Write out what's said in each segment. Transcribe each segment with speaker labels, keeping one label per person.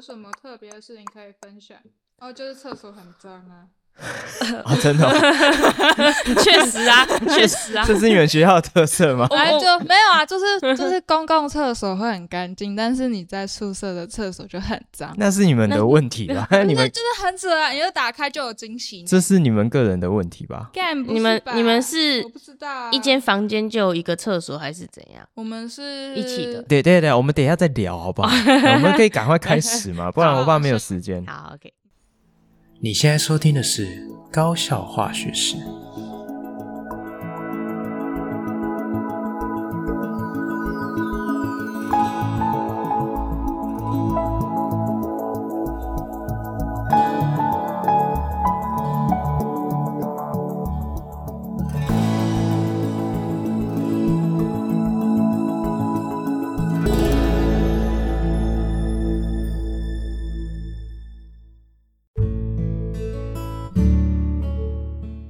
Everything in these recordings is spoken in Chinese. Speaker 1: 什么特别的事情可以分享？哦，就是厕所很脏啊。
Speaker 2: 啊，真的哦、
Speaker 3: 确实啊，确实啊。
Speaker 2: 这是你们学校的特色吗？
Speaker 3: 我
Speaker 1: 哎，
Speaker 3: 我
Speaker 1: 就没有 啊，就是就是公共厕所会很干净，但是你在宿舍的厕所就很脏。
Speaker 2: 那是你们的问题吧？你
Speaker 1: 那
Speaker 2: 们
Speaker 1: 就是很扯啊，你就打开就有惊喜。
Speaker 2: 这是你们个人的问题吧？
Speaker 1: 干不
Speaker 3: 你们
Speaker 1: 是吧
Speaker 3: 你们是
Speaker 1: 我不知道啊
Speaker 3: 一间，房间就有一个厕所还是怎样？
Speaker 1: 我们是
Speaker 3: 一起的。
Speaker 2: 对对对，我们等一下再聊好不好？我们可以赶快开始嘛，不然我怕没有时间。
Speaker 3: 好，OK。
Speaker 4: 你现在收听的是《高校化学史》。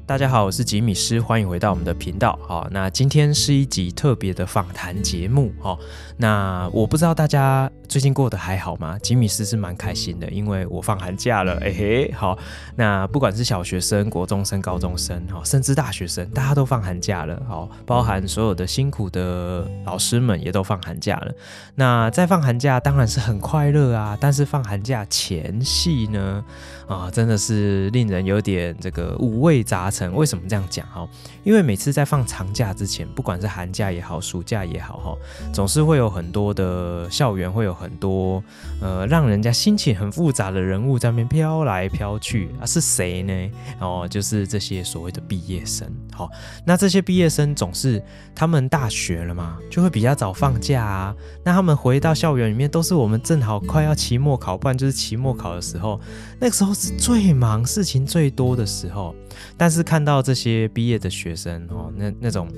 Speaker 2: 大家好，我是吉米师，欢迎回到我们的频道。好，那今天是一集特别的访谈节目哦。那我不知道大家最近过得还好吗？吉米师是蛮开心的，因为我放寒假了。哎嘿，好，那不管是小学生、国中生、高中生，哦，甚至大学生，大家都放寒假了。好，包含所有的辛苦的老师们也都放寒假了。那在放寒假当然是很快乐啊，但是放寒假前夕呢，啊，真的是令人有点这个五味杂陈。为什么这样讲哈？因为每次在放长假之前，不管是寒假也好，暑假也好哈，总是会有很多的校园会有很多呃让人家心情很复杂的人物在那边飘来飘去啊，是谁呢？哦，就是这些所谓的毕业生。好，那这些毕业生总是他们大学了嘛，就会比较早放假啊。那他们回到校园里面，都是我们正好快要期末考，不然就是期末考的时候。那个时候是最忙、事情最多的时候，但是看到这些毕业的学生哦，那那种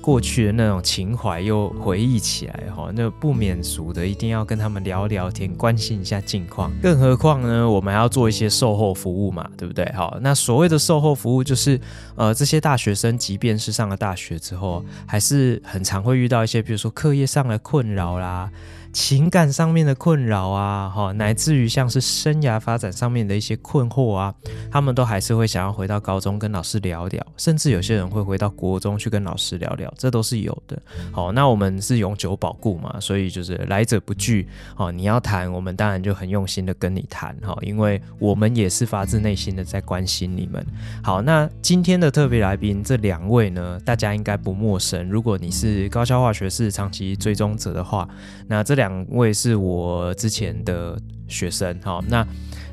Speaker 2: 过去的那种情怀又回忆起来哦，那不免俗的一定要跟他们聊聊天，关心一下近况。更何况呢，我们还要做一些售后服务嘛，对不对？好、那所谓的售后服务就是，呃，这些大学生即便是上了大学之后，还是很常会遇到一些，比如说课业上的困扰啦，情感上面的困扰啊，哈，乃至于像是生涯发展上面的一些困惑啊，他们都还是会想要回到高中跟老师聊聊，甚至有些人会回到国中去跟老师聊聊，这都是有的。好，那我们是永久保固嘛，所以就是来者不拒。哦，你要谈，我们当然就很用心的跟你谈哈、因为我们也是发自内心的在关心你们。好，那今天的特别来宾这两位呢，大家应该不陌生。如果你是高校化学室长期追踪者的话，那这两位是我之前的学生，好，那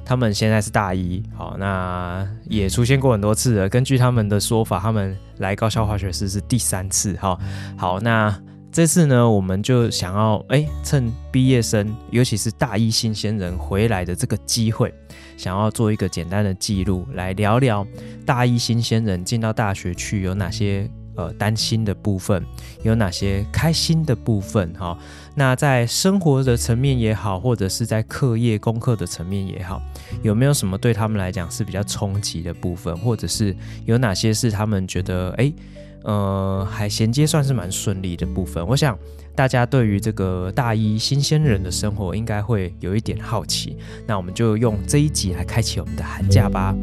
Speaker 2: 他们现在是大一，好，那也出现过很多次了。根据他们的说法，他们来高校化学师是第三次，哈，好，那。这次呢，我们就想要哎，趁毕业生，尤其是大一新鲜人回来的这个机会，想要做一个简单的记录，来聊聊大一新鲜人进到大学去有哪些呃担心的部分，有哪些开心的部分，哈、那在生活的层面也好，或者是在课业功课的层面也好，有没有什么对他们来讲是比较冲击的部分，或者是有哪些是他们觉得诶，呃，还衔接算是蛮顺利的部分？我想大家对于这个大一新鲜人的生活应该会有一点好奇，那我们就用这一集来开启我们的寒假吧。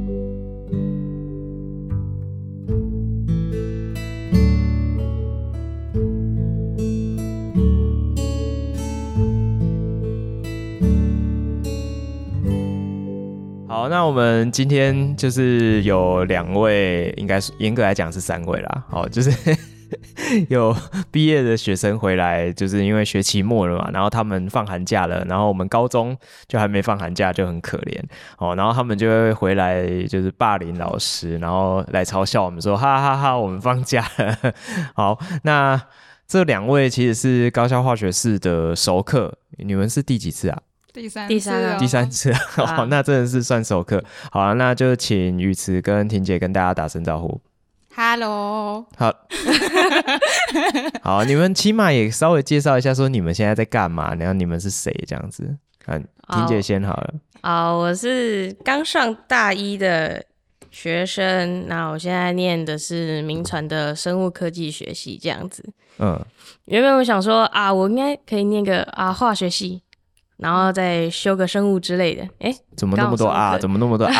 Speaker 2: 好，那我们今天就是有两位，应该是严格来讲是三位啦。好，就是 有毕业的学生回来，就是因为学期末了嘛，然后他们放寒假了，然后我们高中就还没放寒假，就很可怜哦。然后他们就会回来，就是霸凌老师，然后来嘲笑我们说，哈哈哈我们放假了。 好，那这两位其实是高校化学室的熟客，你们是第几次啊？
Speaker 1: 第三
Speaker 3: 第三
Speaker 1: 次
Speaker 3: 啊
Speaker 1: 哦
Speaker 2: 第三次， 好、
Speaker 3: 啊
Speaker 2: 那真的是算熟客。好啊，那就请雨慈跟婷姐跟大家打声招呼。
Speaker 1: ，Hello，
Speaker 2: 好，好，你们起码也稍微介绍一下，说你们现在在干嘛，然后你们是谁这样子。嗯，婷姐
Speaker 3: 哦
Speaker 2: 先好了。
Speaker 3: 啊，我是刚上大一的学生，那我现在念的是民传的生物科技学系，这样子。
Speaker 2: 嗯，
Speaker 3: 原本我想说啊，我应该可以念个啊化学系，然后再修个生物之类的。哎、
Speaker 2: 怎么那么多啊？
Speaker 3: 告诉我
Speaker 2: 怎么那么多啊？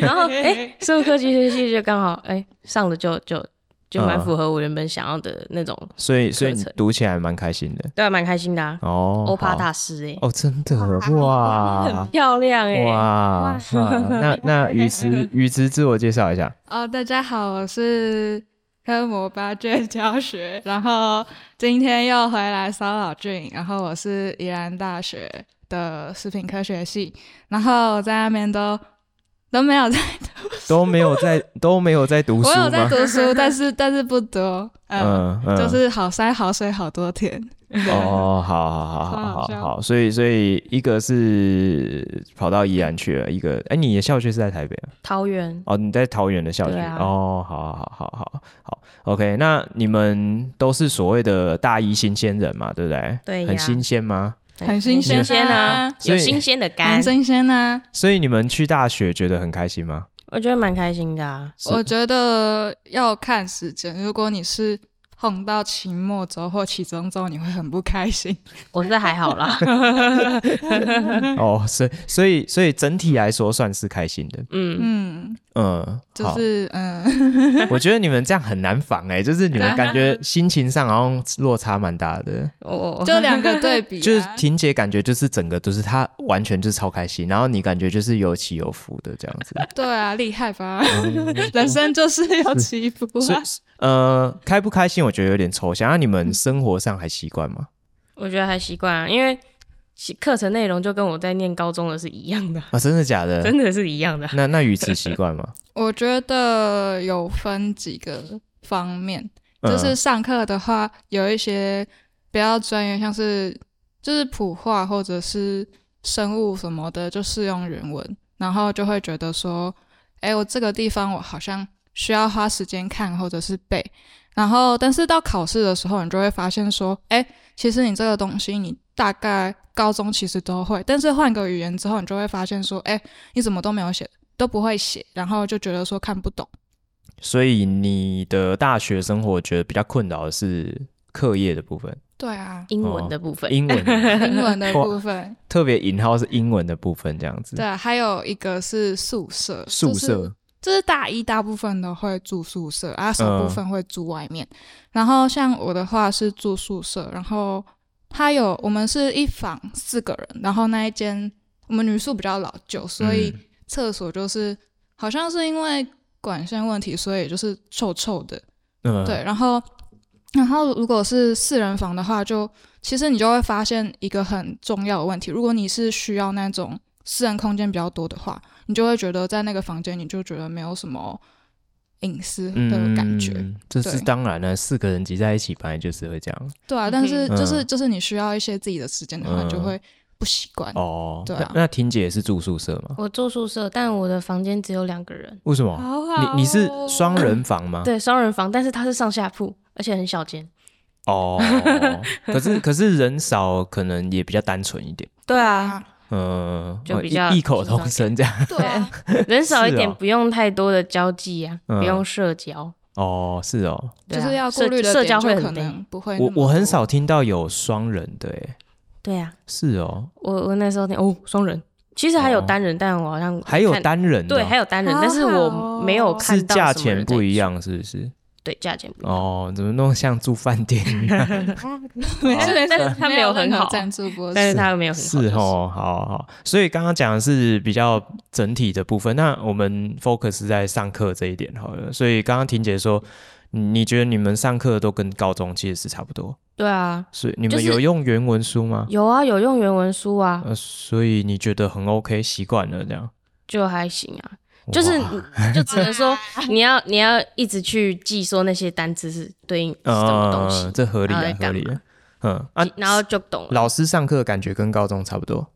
Speaker 3: 然后哎、诶生物科技学系就刚好哎、诶上了就就就蛮
Speaker 2: 嗯
Speaker 3: 符合我原本想要的那种，
Speaker 2: 所以所以
Speaker 3: 课
Speaker 2: 你
Speaker 3: 程
Speaker 2: 读起来蛮开心的
Speaker 3: 对啊，蛮开心的啊。
Speaker 2: 哦。
Speaker 3: 欧帕
Speaker 2: 好
Speaker 3: 大师哎、诶
Speaker 2: 哦，真的哇
Speaker 3: 漂亮
Speaker 1: 欸
Speaker 3: 哎、诶
Speaker 2: 哇！那那雨慈雨慈自我介绍一下，
Speaker 1: 哦，大家好，我是科摩八卷教学，然后今天又回来骚扰俊，然后我是宜兰大学的食品科学系，然后我在那边都都没有在，
Speaker 2: 都没有在都没有在读书
Speaker 1: 我有在
Speaker 2: 吗？
Speaker 1: 读书，但是但是不多，嗯，
Speaker 2: 嗯嗯，
Speaker 1: 就是好山好水好多天，
Speaker 2: 哦，好好好好好好好，所以所以一个是跑到宜兰去了，一个哎，你的校区是在台北啊？
Speaker 3: 桃园
Speaker 2: 哦，你在桃园的校区、
Speaker 3: 对啊
Speaker 2: 哦，好好好好好好，OK，那你们都是所谓的大一新鲜人嘛，对不对？
Speaker 3: 对呀
Speaker 2: 很新鲜吗？
Speaker 1: 很新
Speaker 3: 鲜
Speaker 1: 鲜啊
Speaker 3: 啊，
Speaker 2: 所
Speaker 3: 有
Speaker 2: 以
Speaker 3: 新鲜的肝
Speaker 1: 很，新鲜啊呐、
Speaker 2: 所以你们去大学觉得很开心吗？
Speaker 3: 我觉得蛮开心的啊。
Speaker 2: 是
Speaker 1: 我觉得要看时间，如果你是碰到期末周或期中周，你会很不开心。
Speaker 3: 我是还好啦，
Speaker 2: 哦，所以所以所以整体来说算是开心的，
Speaker 3: 嗯，
Speaker 1: 嗯，
Speaker 2: 嗯，
Speaker 1: 就
Speaker 2: 好，
Speaker 1: 是嗯，
Speaker 2: 我觉得你们这样很难防哎、就是你们感觉心情上好像落差蛮大的，
Speaker 3: 我
Speaker 1: 就两个对比啊、
Speaker 2: 就是婷姐感觉就是整个都是她完全就是超开心，然后你感觉就是有起有伏的这样 子，
Speaker 1: 对啊，厉害吧？ 人生就是有起伏
Speaker 2: 所以
Speaker 1: 啊。
Speaker 2: 呃，开不开心我觉得有点抽象。那、你
Speaker 1: 嗯
Speaker 2: 们生活上还习惯吗？
Speaker 3: 我觉得还习惯啊，因为其课程内容就跟我在念高中的是一样的，
Speaker 2: 啊，真的假的？
Speaker 3: 真的是一样的。
Speaker 2: 那那语词习惯吗？
Speaker 1: 我觉得有分几个方面， 就是
Speaker 2: 嗯
Speaker 1: 上课的话，有一些比较专业，像是就是普化或者是生物什么的，就适用原文，然后就会觉得说，哎，我这个地方我好像需要花时间看或者是背，然后但是到考试的时候，你就会发现说，哎，其实你这个东西你大概高中其实都会，但是换个语言之后，你就会发现说，哎，你怎么都没有写，都不会写，然后就觉得说看不懂。
Speaker 2: 所以你的大学生活觉得比较困扰的是课业的部分，
Speaker 1: 对啊，
Speaker 3: 英文的部分，
Speaker 2: 哦英文
Speaker 1: 英文的部分。
Speaker 2: 特别引号是英文的部分这样子。
Speaker 1: 对，啊还有一个是宿舍，
Speaker 2: 嗯宿
Speaker 1: 就是
Speaker 2: 舍，
Speaker 1: 就是大一大部分都会住宿舍，啊，少
Speaker 2: 嗯
Speaker 1: 部分会住外面。然后像我的话是住宿舍，然后它有我们是一房四个人，然后那一间我们女宿比较老旧，所以
Speaker 2: 嗯
Speaker 1: 厕所就是、好像是因为管线问题，所以就是臭臭的，
Speaker 2: 嗯，
Speaker 1: 对，然后，然后如果是四人房的话就，其实你就会发现一个很重要的问题。如果你是需要那种私人空间比较多的话，你就会觉得在那个房间你就觉得没有什么隐私的感觉，
Speaker 2: 嗯这是
Speaker 1: 对
Speaker 2: 当然了，四个人挤在一起本来就是会这样。
Speaker 1: 对啊。但是
Speaker 2: 嗯
Speaker 1: 就是、就是你需要一些自己的时间的话，
Speaker 2: 嗯
Speaker 1: 你就会不习惯。
Speaker 2: 哦，
Speaker 1: 对啊
Speaker 2: 那那婷姐也是住宿舍吗？
Speaker 3: 我住宿舍，但我的房间只有两个人，
Speaker 2: 为什么？
Speaker 1: 好
Speaker 3: 哦
Speaker 2: 你你是双人房吗？
Speaker 3: 对，双人房，但是它是上下铺，而且很小 间。
Speaker 2: 哦，可是可是人少，可能也比较单纯一点，
Speaker 3: 对啊，
Speaker 1: 啊，
Speaker 2: 嗯，
Speaker 3: 就
Speaker 2: 哦
Speaker 3: 比
Speaker 2: 异
Speaker 3: 较
Speaker 2: 异口同声这样。
Speaker 1: 对啊，
Speaker 3: 人少一
Speaker 2: 是
Speaker 3: 点，
Speaker 2: 哦
Speaker 3: 不用太多的交际啊，
Speaker 2: 嗯
Speaker 3: 不用社交，
Speaker 2: 哦，是哦，
Speaker 1: 就
Speaker 3: 对啊
Speaker 1: 是要顾虑的
Speaker 3: 社社
Speaker 1: 点
Speaker 3: 交
Speaker 1: 就
Speaker 3: 会
Speaker 1: 可
Speaker 3: 很累。
Speaker 1: 能不会那
Speaker 2: 我
Speaker 1: 么
Speaker 2: 我很
Speaker 1: 多
Speaker 2: 少听到有双人的，哎，
Speaker 3: 对啊，
Speaker 2: 是哦，
Speaker 3: 我我那时候那哦，双人，其实还有单人，但我好像
Speaker 2: 还有
Speaker 3: 看
Speaker 2: 单人的哦，
Speaker 3: 对，还有单人，
Speaker 1: 好
Speaker 3: 但是
Speaker 1: 好
Speaker 3: 我
Speaker 1: 哦
Speaker 3: 没有看
Speaker 2: 是
Speaker 3: 到
Speaker 2: 价
Speaker 3: 什么人
Speaker 2: 钱
Speaker 3: 在
Speaker 2: 不一
Speaker 3: 住，
Speaker 2: 样，是不是？
Speaker 3: 对，价钱不一样。
Speaker 2: 哦，怎么弄得像住饭店一样？
Speaker 1: 没事没
Speaker 3: 哦但是
Speaker 1: 事，
Speaker 3: 他没
Speaker 1: 没
Speaker 3: 有
Speaker 1: 任
Speaker 3: 很
Speaker 1: 何
Speaker 3: 好
Speaker 1: 赞助播出，
Speaker 3: 但是他没有很好
Speaker 2: 是
Speaker 3: 就是
Speaker 2: 哦，好好。所以刚刚讲的是比较整体的部分，那我们 focus 在上课这一点好了。所以刚刚婷姐说，你你觉得你们上课都跟高中其实是差不多，
Speaker 3: 对啊，
Speaker 2: 所以你
Speaker 3: 就
Speaker 2: 们
Speaker 3: 是
Speaker 2: 有用原文书吗？
Speaker 3: 有啊，有用原文书啊，
Speaker 2: 呃，所以你觉得很 OK，习惯了这样，
Speaker 3: 就还行啊。就是
Speaker 2: 哇
Speaker 3: 你就只能说你要你要一直去记说那些单词是对应是什么东西，
Speaker 2: 嗯，这合理
Speaker 3: 然
Speaker 2: 啊，
Speaker 3: 后在
Speaker 2: 合
Speaker 3: 干
Speaker 2: 理
Speaker 3: 嘛
Speaker 2: 啊，嗯啊，
Speaker 3: 然后就懂了。
Speaker 2: 老师上课感觉跟高中差不多，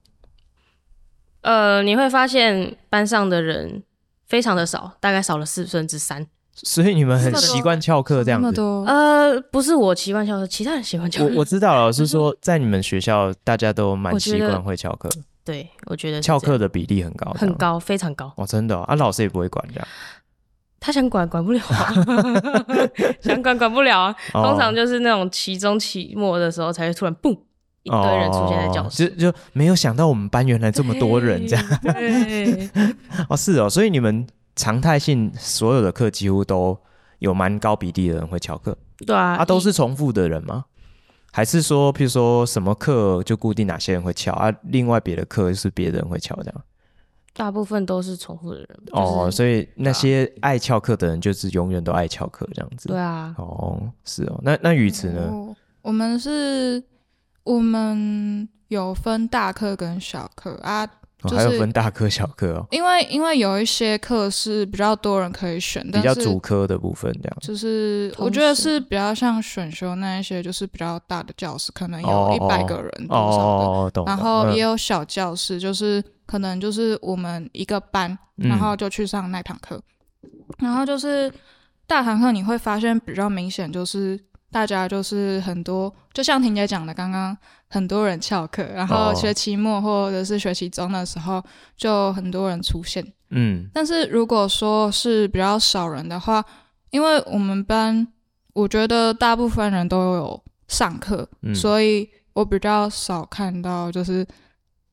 Speaker 3: 呃，你会发现班上的人非常的少，大概少了四分之三。
Speaker 2: 所以你们很
Speaker 1: 这么多
Speaker 2: 习惯翘课这
Speaker 1: 那
Speaker 2: 样
Speaker 1: 么
Speaker 2: 子。
Speaker 1: 多
Speaker 3: 呃，不是我习惯翘课，其他人习惯翘
Speaker 2: 我
Speaker 3: 课。
Speaker 2: 我知道了，是说在你们学校大家都蛮
Speaker 3: 嗯我觉
Speaker 2: 习
Speaker 3: 得
Speaker 2: 惯会翘课，
Speaker 3: 对，我觉得是
Speaker 2: 翘
Speaker 3: 这样
Speaker 2: 课的比例很高，这
Speaker 3: 很
Speaker 2: 样。
Speaker 3: 高，非常高。
Speaker 2: 哦，真的哦、啊，老师也不会管这样。
Speaker 3: 他想管管不 了、啊，想管管不了啊。
Speaker 2: 哦
Speaker 3: 通常就是那种期中、期末的时候才会突然嘣一一堆人出现在教室，
Speaker 2: 哦就就没有想到我们班原来这么多人这样。
Speaker 3: 对。对，
Speaker 2: 哦，是哦，所以你们常态性所有的课几乎都有蛮高比例的人会翘课，
Speaker 3: 对啊，
Speaker 2: 啊，都是重复的人吗？还是说，譬如说什么课就固定哪些人会翘啊，另外别的课是别的人会翘这样？
Speaker 3: 大部分都是重复的人。就是啊
Speaker 2: 哦，所以那些爱翘课的人就是永远都爱翘课这样子。
Speaker 3: 对啊，
Speaker 2: 哦，是哦，那那语词呢？
Speaker 1: 哦我们是，我们有分大课跟小课啊，
Speaker 2: 哦
Speaker 1: 就是
Speaker 2: 还有分大科小科哦，
Speaker 1: 因为因为有一些课是比较多人可以选，
Speaker 2: 比
Speaker 1: 但
Speaker 2: 较
Speaker 1: 是
Speaker 2: 主科的部分这样。
Speaker 1: 就是
Speaker 3: 同
Speaker 1: 我觉得
Speaker 3: 时
Speaker 1: 是比较像选修那一些，就是比较大的教室，可能
Speaker 2: 哦
Speaker 1: 有一百个人多少的，
Speaker 2: 哦，懂。
Speaker 1: 然后
Speaker 2: 懂
Speaker 1: 也有小教室，就是可能就是我们一个班，
Speaker 2: 嗯
Speaker 1: 然后就去上那堂课，然后就是大堂课你会发现比较明显就是。大家就是很多，就像婷姐讲的，刚刚很多人翘课，然后
Speaker 2: 哦
Speaker 1: 学期末或者是学期中的时候，就很多人出现。
Speaker 2: 嗯
Speaker 1: 但是如果说是比较少人的话，因为我们班我觉得大部分人都有上课，
Speaker 2: 嗯，
Speaker 1: 所以我比较少看到就是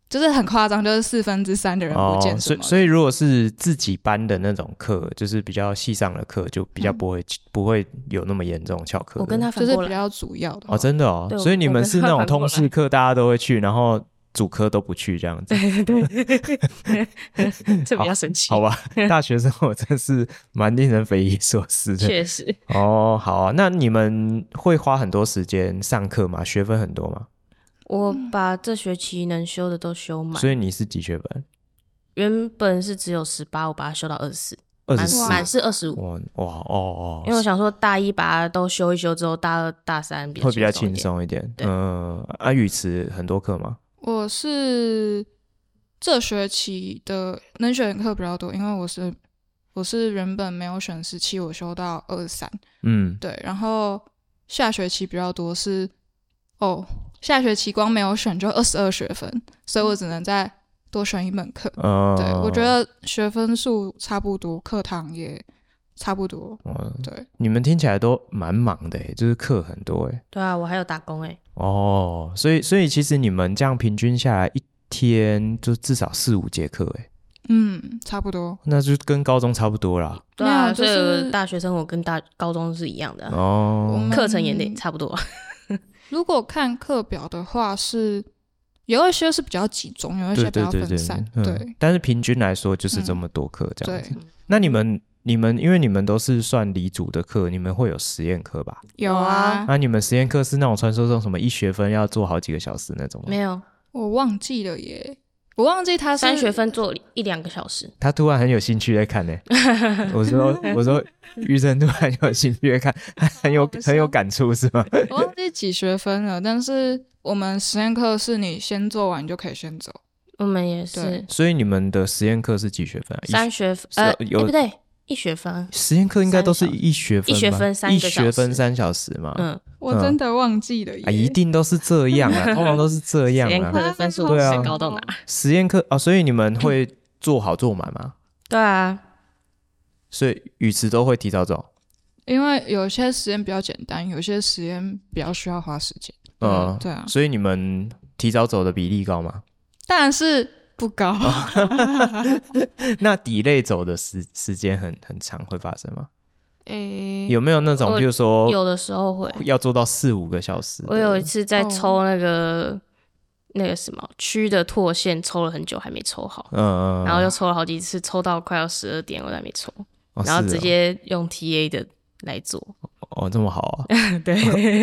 Speaker 1: 就是很夸张，就是四分之三的人不见什
Speaker 2: 所
Speaker 1: 么
Speaker 2: 以
Speaker 1: 的、
Speaker 2: 哦所以如果是自己班的那种课，就是比较细上的课，就比较
Speaker 1: 嗯
Speaker 2: 不会、不会有那么严重的翘课的。
Speaker 3: 我跟他反
Speaker 1: 就是
Speaker 3: 过
Speaker 1: 比
Speaker 3: 来，
Speaker 1: 较主要的
Speaker 2: 哦，真的哦
Speaker 3: 对，
Speaker 2: 所以你
Speaker 3: 我
Speaker 2: 们
Speaker 3: 跟
Speaker 2: 是
Speaker 3: 他
Speaker 2: 那种
Speaker 3: 反过
Speaker 2: 通识
Speaker 3: 来
Speaker 2: 课，大家都会去，然后主科都不去这 样子，
Speaker 3: 这比较神奇，
Speaker 2: 好吧？大学生活真是蛮令人匪夷所思 的。
Speaker 3: 确实
Speaker 2: 哦，好啊，那你们会花很多时间上课吗？学分很多吗？
Speaker 3: 我把这学期能修的都修满，
Speaker 2: 所以你是几学分？
Speaker 3: 原本是只有十八，我把它修到二十四，
Speaker 2: 二十
Speaker 3: 满
Speaker 2: 四。
Speaker 1: 24
Speaker 3: 满是二十五，
Speaker 2: 哇哇哦哦，
Speaker 3: 因为我想说大一把它都修一修之后，大二大三比较
Speaker 2: 会比较轻
Speaker 3: 轻一点。
Speaker 2: 松一点。
Speaker 3: 对
Speaker 2: 嗯，啊，语词很多课吗？
Speaker 1: 我是这学期的能选的课比较多，因为我是我是原本没有选十七，我修到二三，
Speaker 2: 嗯，
Speaker 1: 对，然后下学期比较多是哦，下学期光没有选就二十二学分，所以我只能再多选一门课。
Speaker 2: 呃，
Speaker 1: 对，我觉得学分数差不多，课堂也差不多。
Speaker 2: 哦
Speaker 1: 对，
Speaker 2: 你们听起来都蛮忙的耶，欸就是课很多哎。
Speaker 3: 对啊，我还有打工哎、
Speaker 2: 哦，所以所以其实你们这样平均下来一天就至少四五节课哎，
Speaker 1: 嗯，差不多。
Speaker 2: 那就跟高中差不多啦。
Speaker 3: 对啊，
Speaker 1: 没有就
Speaker 3: 所以我
Speaker 1: 是嗯
Speaker 3: 大学生活跟大高中是一样的啊，
Speaker 1: 我
Speaker 2: 哦
Speaker 1: 们
Speaker 3: 课程也得差不多。啊
Speaker 1: 如果看课表的话是，有一些是比较集中，有一些比
Speaker 2: 对对
Speaker 1: 较
Speaker 2: 对对
Speaker 1: 分散。
Speaker 2: 嗯
Speaker 1: 对嗯
Speaker 2: 但是平均来说就是这么多课这样子。
Speaker 1: 对，
Speaker 2: 那你们你们因为你们都是算理组的课，你们会有实验课吧？
Speaker 1: 有啊
Speaker 2: 那、，你们实验课是那种传说中什么一学分要做好几个小时那种吗？
Speaker 3: 没有
Speaker 1: 我忘记了耶，我忘记他是
Speaker 3: 三学分做一两个小时，
Speaker 2: 他突然很有兴趣在 看呢、我说我说玉珍突然有兴趣在 看，他很有
Speaker 1: 好笑
Speaker 2: 很有感触是吗？
Speaker 1: 我忘记几学分了，但是我们实验课是你先做完你就可以先走。
Speaker 3: 我们也是
Speaker 1: 对
Speaker 2: 所以你们的实验课是几学分、啊？一
Speaker 3: 三学分，
Speaker 2: 是
Speaker 3: 呃，
Speaker 2: 啊
Speaker 3: 哎
Speaker 2: 有
Speaker 3: 不对，一学分，啊
Speaker 2: 实验课应该都是一学分吧，
Speaker 3: 一学分三个
Speaker 2: 一
Speaker 3: 小时
Speaker 2: 学分三小时嘛。
Speaker 3: 嗯，
Speaker 1: 我
Speaker 2: 嗯
Speaker 1: 真的忘记了耶，
Speaker 2: 啊，一定都是这样 啊，通常都是这
Speaker 3: 实
Speaker 2: 样
Speaker 3: 验课
Speaker 2: 啊。
Speaker 3: 的分数
Speaker 2: 对啊
Speaker 3: 是高到哪？
Speaker 2: 实验课啊，所以你们会做好做满吗？
Speaker 3: 对啊，
Speaker 2: 所以语词都会提早走。
Speaker 1: 因为有些实验比较简单，有些实验比较需要花时间。
Speaker 2: 嗯，
Speaker 1: 对啊
Speaker 2: 所以你们提早走的比例高吗？
Speaker 1: 当然是不高，
Speaker 2: 那 delay 走的时时间很很长，会发生吗？
Speaker 3: 诶、
Speaker 2: 有没有那种，
Speaker 3: 嗯我
Speaker 2: 比如说
Speaker 3: 有的时候会。
Speaker 2: 要做到四五个小时的？嗯
Speaker 3: 我有一次
Speaker 1: 哦
Speaker 3: 在抽那个、那个什么区的拓线，抽了很久还没抽好，
Speaker 2: 嗯，嗯，
Speaker 3: 然后又抽了好几次，抽到快要十二点我都还没抽，
Speaker 2: 哦
Speaker 3: 然后
Speaker 2: 是
Speaker 3: 直
Speaker 2: 哦
Speaker 3: 接用 TA 的来 做，
Speaker 2: 哦这么好啊？
Speaker 3: 对，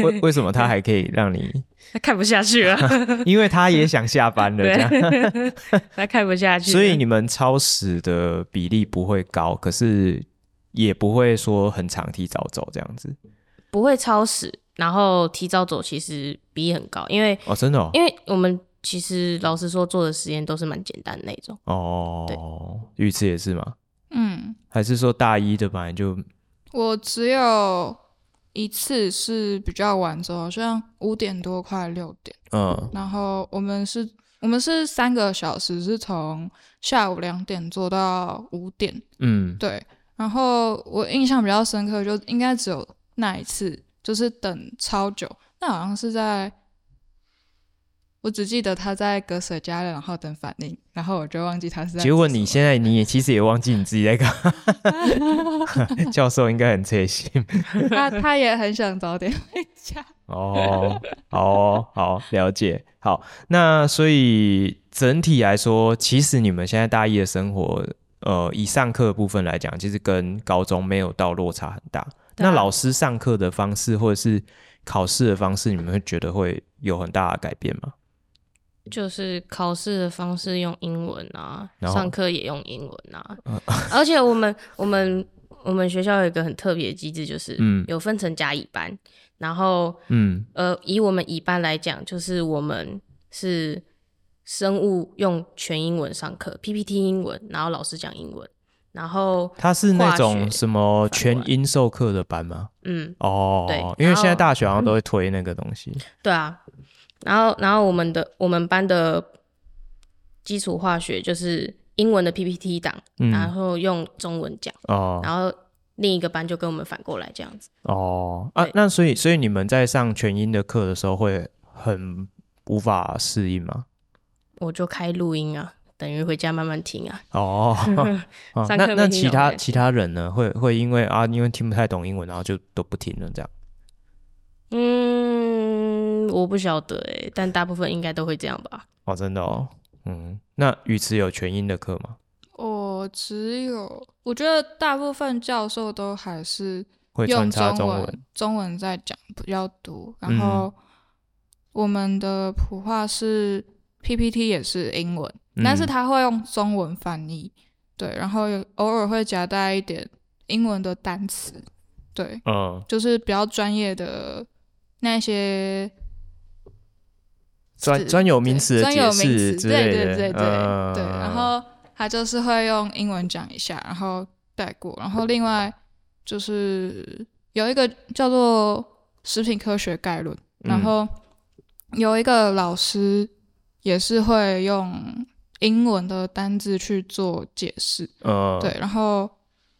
Speaker 2: 为为什么他还可以让 你？
Speaker 3: 他看不 下去了，
Speaker 2: 因为他也想下班了，这 样，
Speaker 3: 他看不下去了，
Speaker 2: 所以你们超时的比例不会高，可是也不会说很长提早走这样子。
Speaker 3: 不会超时，然后提早走其实比例很高，因为
Speaker 2: 哦，真的哦，
Speaker 3: 因为我们其实老实说做的实验都是蛮简单的那种，
Speaker 2: 哦，鱼池也是吗？
Speaker 1: 嗯，
Speaker 2: 还是说大一的本来就
Speaker 1: 我只有一次是比较晚走，好像五点多快六点，
Speaker 2: 嗯
Speaker 1: 然后我们是。我们是三个小时，是从下午两点做到五点，
Speaker 2: 嗯
Speaker 1: 对，然后我印象比较深刻，就应该只有那一次，就是等超久。那好像是在我只记得他在割舍家人，然后等反应，然后我就忘记他是在。
Speaker 2: 结果你现在
Speaker 3: 嗯
Speaker 2: 你也其实也忘记你自己在干嘛， 教授应该很贴心
Speaker 1: 他他也很想早点回家。
Speaker 2: 哦，好哦好了解，好，那所以整体来说，其实你们现在大一的生活，呃，以上课的部分来讲，其实跟高中没有到落差很大。
Speaker 3: 对啊
Speaker 2: 那老师上课的方式或者是考试的方式，你们会觉得会有很大的改变吗？
Speaker 3: 就是考试的方式用英文啊，
Speaker 2: 然后哦
Speaker 3: 上课也用英文啊， 而且我们我们我们学校有一个很特别的机制，就是
Speaker 2: 嗯
Speaker 3: 有分成甲乙班，然后
Speaker 2: 嗯，
Speaker 3: 呃，以我们乙班来讲，就是我们是生物用全英文上课，PPT 英文，然后老师讲英文，然后
Speaker 2: 他是那
Speaker 3: 化
Speaker 2: 种
Speaker 3: 学
Speaker 2: 什么
Speaker 3: 反
Speaker 2: 全
Speaker 3: 过来
Speaker 2: 英授课的班吗？
Speaker 3: 嗯，
Speaker 2: 哦，
Speaker 3: 对
Speaker 2: 因为
Speaker 3: 然
Speaker 2: 现在
Speaker 3: 后
Speaker 2: 大
Speaker 1: 嗯
Speaker 2: 学好像都会推那个东西。
Speaker 3: 对啊，然后然后我们的我们班的基础化学就是英文的 PPT 档，然
Speaker 2: 嗯，
Speaker 3: 后用中文讲，
Speaker 2: 哦
Speaker 3: 然后另一个班就跟我们反过来这样子。
Speaker 2: 哦啊
Speaker 3: 对，
Speaker 2: 那所以所以你们在上全英的课的时候会很无法适应吗？
Speaker 3: 我就开录音啊，等于回家慢慢听啊。
Speaker 2: 哦，哦
Speaker 3: 上
Speaker 2: 那
Speaker 3: 课没
Speaker 2: 那
Speaker 3: 听
Speaker 2: 其
Speaker 3: 懂
Speaker 2: 他
Speaker 3: 对
Speaker 2: 其他人呢？会会因为啊，因为听不太懂英文，然后就都不听了这样。
Speaker 3: 嗯，我不晓得哎、但大部分应该都会这样吧。
Speaker 2: 哦，真的哦，嗯，那语词有全英的课吗？
Speaker 1: 我哦只有，我觉得大部分教授都还是
Speaker 2: 会穿
Speaker 1: 用
Speaker 2: 插
Speaker 1: 中
Speaker 2: 中嗯
Speaker 1: 文，中文在讲比较多。然后我们的普话是 PPT 也是英文，但是
Speaker 2: 嗯
Speaker 1: 他会用中文翻译，对，然后有偶尔会夹带一点英文的单词，对，
Speaker 2: 嗯，
Speaker 1: 就是比较专业的那些
Speaker 2: 专
Speaker 1: 是
Speaker 2: 专有名
Speaker 1: 对
Speaker 2: 词的
Speaker 1: 专有
Speaker 2: 解
Speaker 1: 名
Speaker 2: 释
Speaker 1: 词，
Speaker 2: 之
Speaker 1: 对
Speaker 2: 类
Speaker 1: 对
Speaker 2: 的，
Speaker 1: 对对
Speaker 2: 嗯
Speaker 1: 对。然后他就是会用英文讲一下，然后带过。然后另外就是有一个叫做食品科学概论，然
Speaker 2: 嗯
Speaker 1: 后有一个老师也是会用英文的单字去做解释，
Speaker 2: 嗯，
Speaker 1: 对。然后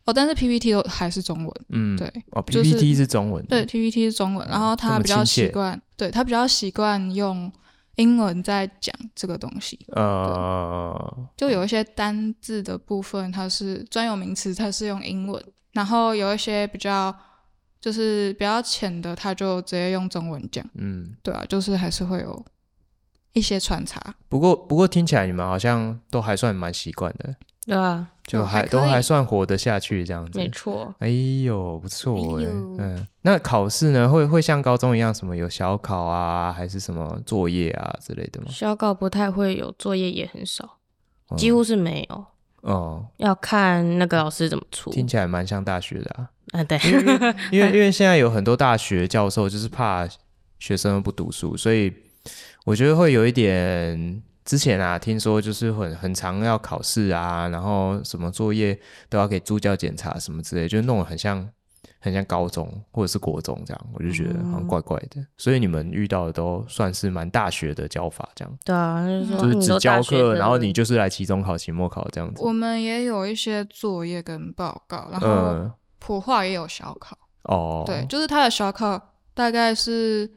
Speaker 1: 哦，但是 PPT 都还是中文，
Speaker 2: 嗯，
Speaker 1: 对。
Speaker 2: 哦
Speaker 1: 就是
Speaker 2: ，PPT 是中文的，
Speaker 1: 对，PPT 是中文，然后
Speaker 2: 这
Speaker 1: 他
Speaker 2: 么
Speaker 1: 比较
Speaker 2: 亲切
Speaker 1: 习惯，对他比较习惯用英文在讲这个东西。
Speaker 2: 呃，
Speaker 1: 就有一些单字的部分，它是专有名词，它是用英文；然后有一些比较就是比较浅的，它就直接用中文讲。
Speaker 2: 嗯，
Speaker 1: 对啊，就是还是会有一些穿插。
Speaker 2: 不过不过听起来你们好像都还算蛮习惯的，
Speaker 3: 对啊，
Speaker 2: 就
Speaker 1: 哦
Speaker 2: 还
Speaker 1: 还可
Speaker 2: 都还
Speaker 1: 以
Speaker 2: 算活得下去这样子
Speaker 3: 没。错。
Speaker 2: 哎呦，不错哎、
Speaker 1: 哎呦
Speaker 2: 嗯，那考试呢，会会像高中一样什么有小考啊，还是什么作业啊之类的吗？
Speaker 3: 校稿不太会有，作业也很少，
Speaker 2: 嗯
Speaker 3: 几乎是没有，
Speaker 2: 哦、
Speaker 3: 要看那个老师怎么出。
Speaker 2: 听起来蛮像大学的啊，
Speaker 3: 啊，对，
Speaker 2: 因为因为现在有很多大学教授就是怕学生不读书，所以我觉得会有一点。之前啊，听说就是很很常要考试啊，然后什么作业都要给助教检查什么之类，就弄得很像很像高中或者是国中这样，我就觉得好像怪怪的。所以你们遇到的都算是蛮大学的教法这样。
Speaker 3: 对啊，就是说
Speaker 2: 就是
Speaker 3: 你
Speaker 2: 只
Speaker 3: 都
Speaker 2: 教
Speaker 3: 大学
Speaker 2: 课，
Speaker 3: 的
Speaker 2: 然后你就是来期中考、期末考这样子。
Speaker 1: 我们也有一些作业跟报告，然后
Speaker 2: 嗯，
Speaker 1: 普化也有小考。
Speaker 2: 哦，
Speaker 1: 对，，就是他的小考大概是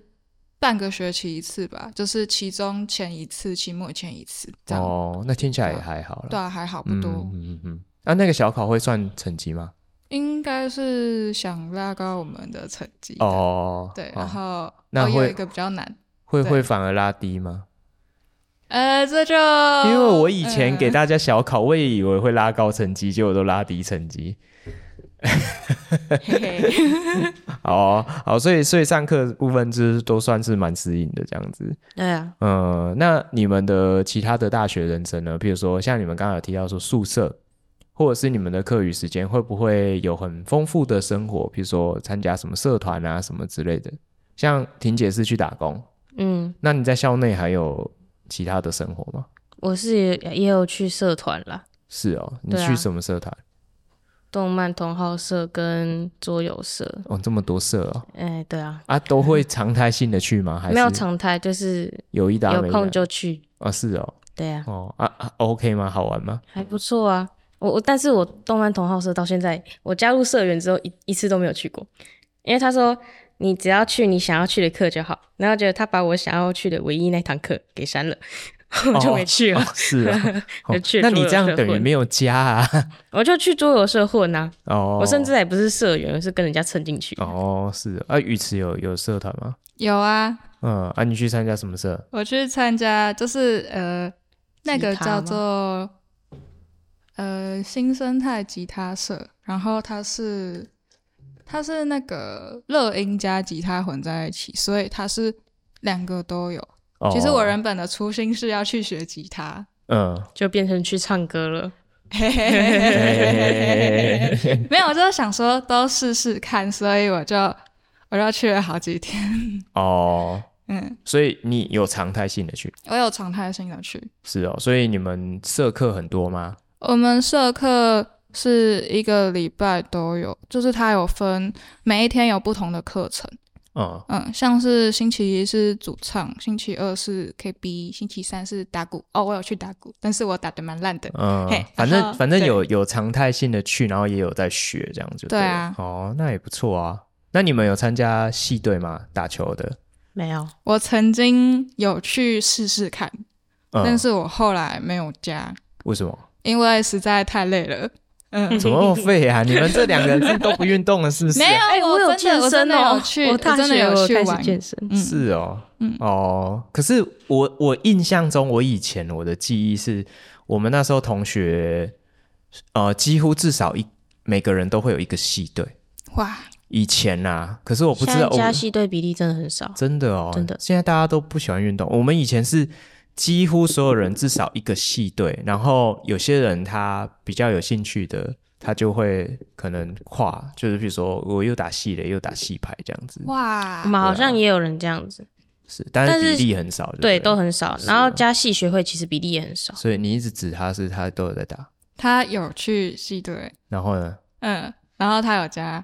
Speaker 1: 半个学期一次吧，就是期中前一次，期末前一次这样。
Speaker 2: 哦，那听起来也还好啦。
Speaker 1: 对啊，还好不
Speaker 2: 嗯，
Speaker 1: 多。
Speaker 2: 嗯嗯嗯。那、那个小考会算成绩吗？
Speaker 1: 应该是想拉高我们的成绩的，
Speaker 2: 哦，
Speaker 1: 对，
Speaker 2: 哦
Speaker 1: 然后
Speaker 2: 那
Speaker 1: 哦、有
Speaker 2: 会
Speaker 1: 一个比较难，
Speaker 2: 会
Speaker 1: 对
Speaker 2: 会反而拉低吗？
Speaker 1: 呃，这就
Speaker 2: 因为我以前给
Speaker 1: 嗯
Speaker 2: 大家小考，我也以为会拉高成绩，结果都拉低成绩。
Speaker 3: 嘿 嘿
Speaker 2: 哦，好，所以所以上课的部分就是都算是蛮适应的这样子。
Speaker 3: 对啊，
Speaker 2: 呃，那你们的其他的大学人生呢？譬如说，像你们刚刚有提到说宿舍，或者是你们的课余时间，会不会有很丰富的生活？譬如说参加什么社团啊，什么之类的。像婷姐是去打工，
Speaker 3: 嗯，
Speaker 2: 那你在校内还有其他的生活吗？
Speaker 3: 我是也也有去社团啦，
Speaker 2: 是哦，你
Speaker 3: 对啊
Speaker 2: 去什么社团？
Speaker 3: 动漫同好社跟桌游社。
Speaker 2: 哦，这么多社哦，
Speaker 3: 哎，对啊，
Speaker 2: 啊，都会常态性的去吗？还是
Speaker 3: 没有常态，就是
Speaker 2: 有一搭
Speaker 3: 有
Speaker 2: 没一搭
Speaker 3: 空就去。
Speaker 2: 啊、是哦，
Speaker 3: 对啊，
Speaker 2: 哦啊啊，OK 吗？好玩 吗？
Speaker 3: 还不错啊。我我，但是我动漫同好社到现在，我加入社员之后一一次都没有去过，因为他说你只要去你想要去的课就好。然后结果他把我想要去的唯一那堂课给删了，我就没去了。
Speaker 2: 哦是 啊，哦
Speaker 3: 就去
Speaker 2: 那你这样
Speaker 3: 桌游社
Speaker 2: 等于
Speaker 3: 混
Speaker 2: 没有加 啊。
Speaker 3: 我就去桌游社混啊，
Speaker 2: 哦，
Speaker 3: 我甚至还不是社员，我是跟人家蹭进去。
Speaker 2: 哦是啊，鱼池有有社团吗？
Speaker 1: 有啊，
Speaker 2: 嗯，啊，你去参加什么社？
Speaker 1: 我去参加，就是呃，那个
Speaker 3: 吉他
Speaker 1: 叫
Speaker 3: 吗
Speaker 1: 做呃新生态吉他社，然后它是它是那个乐音加吉他混在一起，所以它是两个都有。
Speaker 2: 哦
Speaker 1: 其实我原本的初心是要去学吉他，
Speaker 2: 嗯，
Speaker 3: 就变成去唱歌了。
Speaker 1: 嘿嘿嘿嘿嘿嘿嘿
Speaker 2: 哎
Speaker 1: 没有，我就是想说都试试看，所以我就我就去了好几天。
Speaker 2: 哦，
Speaker 1: 嗯，
Speaker 2: 所以你有常态性的去
Speaker 1: 我有常态性的去，
Speaker 2: 是哦，所以你们社课很多吗？
Speaker 1: 我们社课是一个礼拜都有，就是它有分每一天有不同的课程，
Speaker 2: 嗯，
Speaker 1: 嗯，像是星期一是主唱，星期二是 KB，星期三是打鼓。哦，我有去打鼓，但是我打的蛮烂的。
Speaker 2: 嗯
Speaker 1: 嘿，
Speaker 2: 反
Speaker 1: 然
Speaker 2: 正
Speaker 1: 后
Speaker 2: 反正有有常态性的去，然后也有在学这样就
Speaker 1: 对
Speaker 2: 了
Speaker 1: 啊
Speaker 2: 哦，那也不错啊。那你们有参加系队吗？打球的？
Speaker 3: 没有，
Speaker 1: 我曾经有去试试看，
Speaker 2: 嗯，
Speaker 1: 但是我后来没有加，
Speaker 2: 为什么？
Speaker 1: 因为实在太累了。嗯，
Speaker 2: 怎么那么 废啊？你们这两个人是都不运动了，是不是啊？
Speaker 1: 没有，
Speaker 3: 哎、我
Speaker 1: 真
Speaker 3: 有
Speaker 1: 的
Speaker 3: 健
Speaker 1: 我真
Speaker 3: 身
Speaker 1: 的
Speaker 3: 哦，
Speaker 1: 有去，
Speaker 3: 我大
Speaker 1: 真的
Speaker 3: 学我
Speaker 1: 有去
Speaker 3: 开
Speaker 1: 玩
Speaker 3: 始。健身。
Speaker 1: 嗯，
Speaker 2: 是哦，
Speaker 1: 嗯
Speaker 2: 哦，可是我我印象中，我以前我的记忆是我们那时候同学，呃，几乎至少一每个人都会有一个系队。
Speaker 1: 哇，
Speaker 2: 以前呐、啊，可是我不知
Speaker 3: 现在
Speaker 2: 道，我
Speaker 3: 加系队比例真的很少，
Speaker 2: 真的哦，
Speaker 3: 真的
Speaker 2: 现在大家都不喜欢运动。我们以前是几乎所有人至少一个系队，然后有些人他比较有兴趣的，他就会可能跨，就是比如说我又打系垒又打系排这样子，
Speaker 1: 哇
Speaker 3: 我，们好像也有人这样子，
Speaker 2: 是，但
Speaker 3: 但
Speaker 2: 是
Speaker 3: 是
Speaker 2: 比例很少，
Speaker 3: 对，
Speaker 2: 对，
Speaker 3: 都。很少。
Speaker 2: 是啊
Speaker 3: 然后加系学会其实比例也很少，
Speaker 2: 所以你一直指他是他都有在打，
Speaker 1: 他有去系队，
Speaker 2: 然后呢？
Speaker 1: 嗯，然后他有加，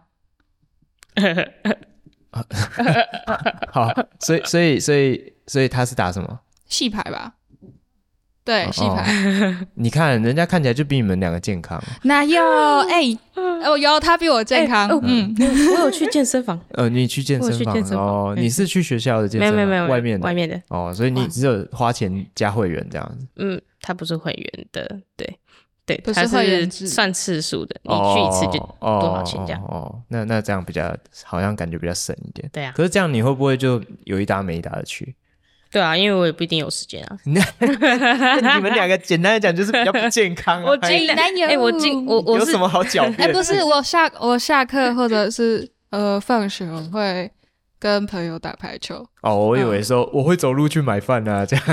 Speaker 2: 好，所以所以所以所以他是打什么？
Speaker 1: 戏牌吧？对，
Speaker 2: 哦
Speaker 1: 戏牌、
Speaker 2: 你看人家看起来就比你们两个健康。
Speaker 1: 哪有？哎、哦有，他比我健康。
Speaker 3: 哎哦
Speaker 1: 嗯，
Speaker 3: 我有去健身房，
Speaker 2: 呃，你去健
Speaker 3: 我有
Speaker 2: 身
Speaker 3: 去
Speaker 2: 房
Speaker 3: 健身房
Speaker 2: 哦，
Speaker 3: 嗯
Speaker 2: 你是去学校的健
Speaker 3: 没
Speaker 2: 身
Speaker 3: 有
Speaker 2: 房，
Speaker 3: 没有没有，
Speaker 2: 外面的
Speaker 3: 外面的，
Speaker 2: 哦，所以你只有花钱加会员这样子。
Speaker 3: 嗯，他不是会员的，对对，
Speaker 1: 不是
Speaker 3: 他
Speaker 1: 会员制
Speaker 3: 算次数的，你去
Speaker 2: 哦
Speaker 3: 一次就
Speaker 2: 哦
Speaker 3: 多少钱这样
Speaker 2: 哦哦哦，那那这样比较好像感觉比较省一点。
Speaker 3: 对啊
Speaker 2: 可是这样你会不会就有一搭没一搭的 去？
Speaker 3: 对啊，因为我也不一定有时间啊。
Speaker 2: 你们两个简单来讲就是比较不健康啊。
Speaker 1: 哦
Speaker 3: 我尽量，
Speaker 1: 哪有
Speaker 3: 哎，我尽我我
Speaker 2: 有
Speaker 3: 是
Speaker 2: 什么好狡
Speaker 1: 哎、
Speaker 2: 辩？
Speaker 1: 不是，我下我下课或者是呃放学我会跟朋友打排球。
Speaker 2: 哦，我以为说我会走路去买饭啊，这样。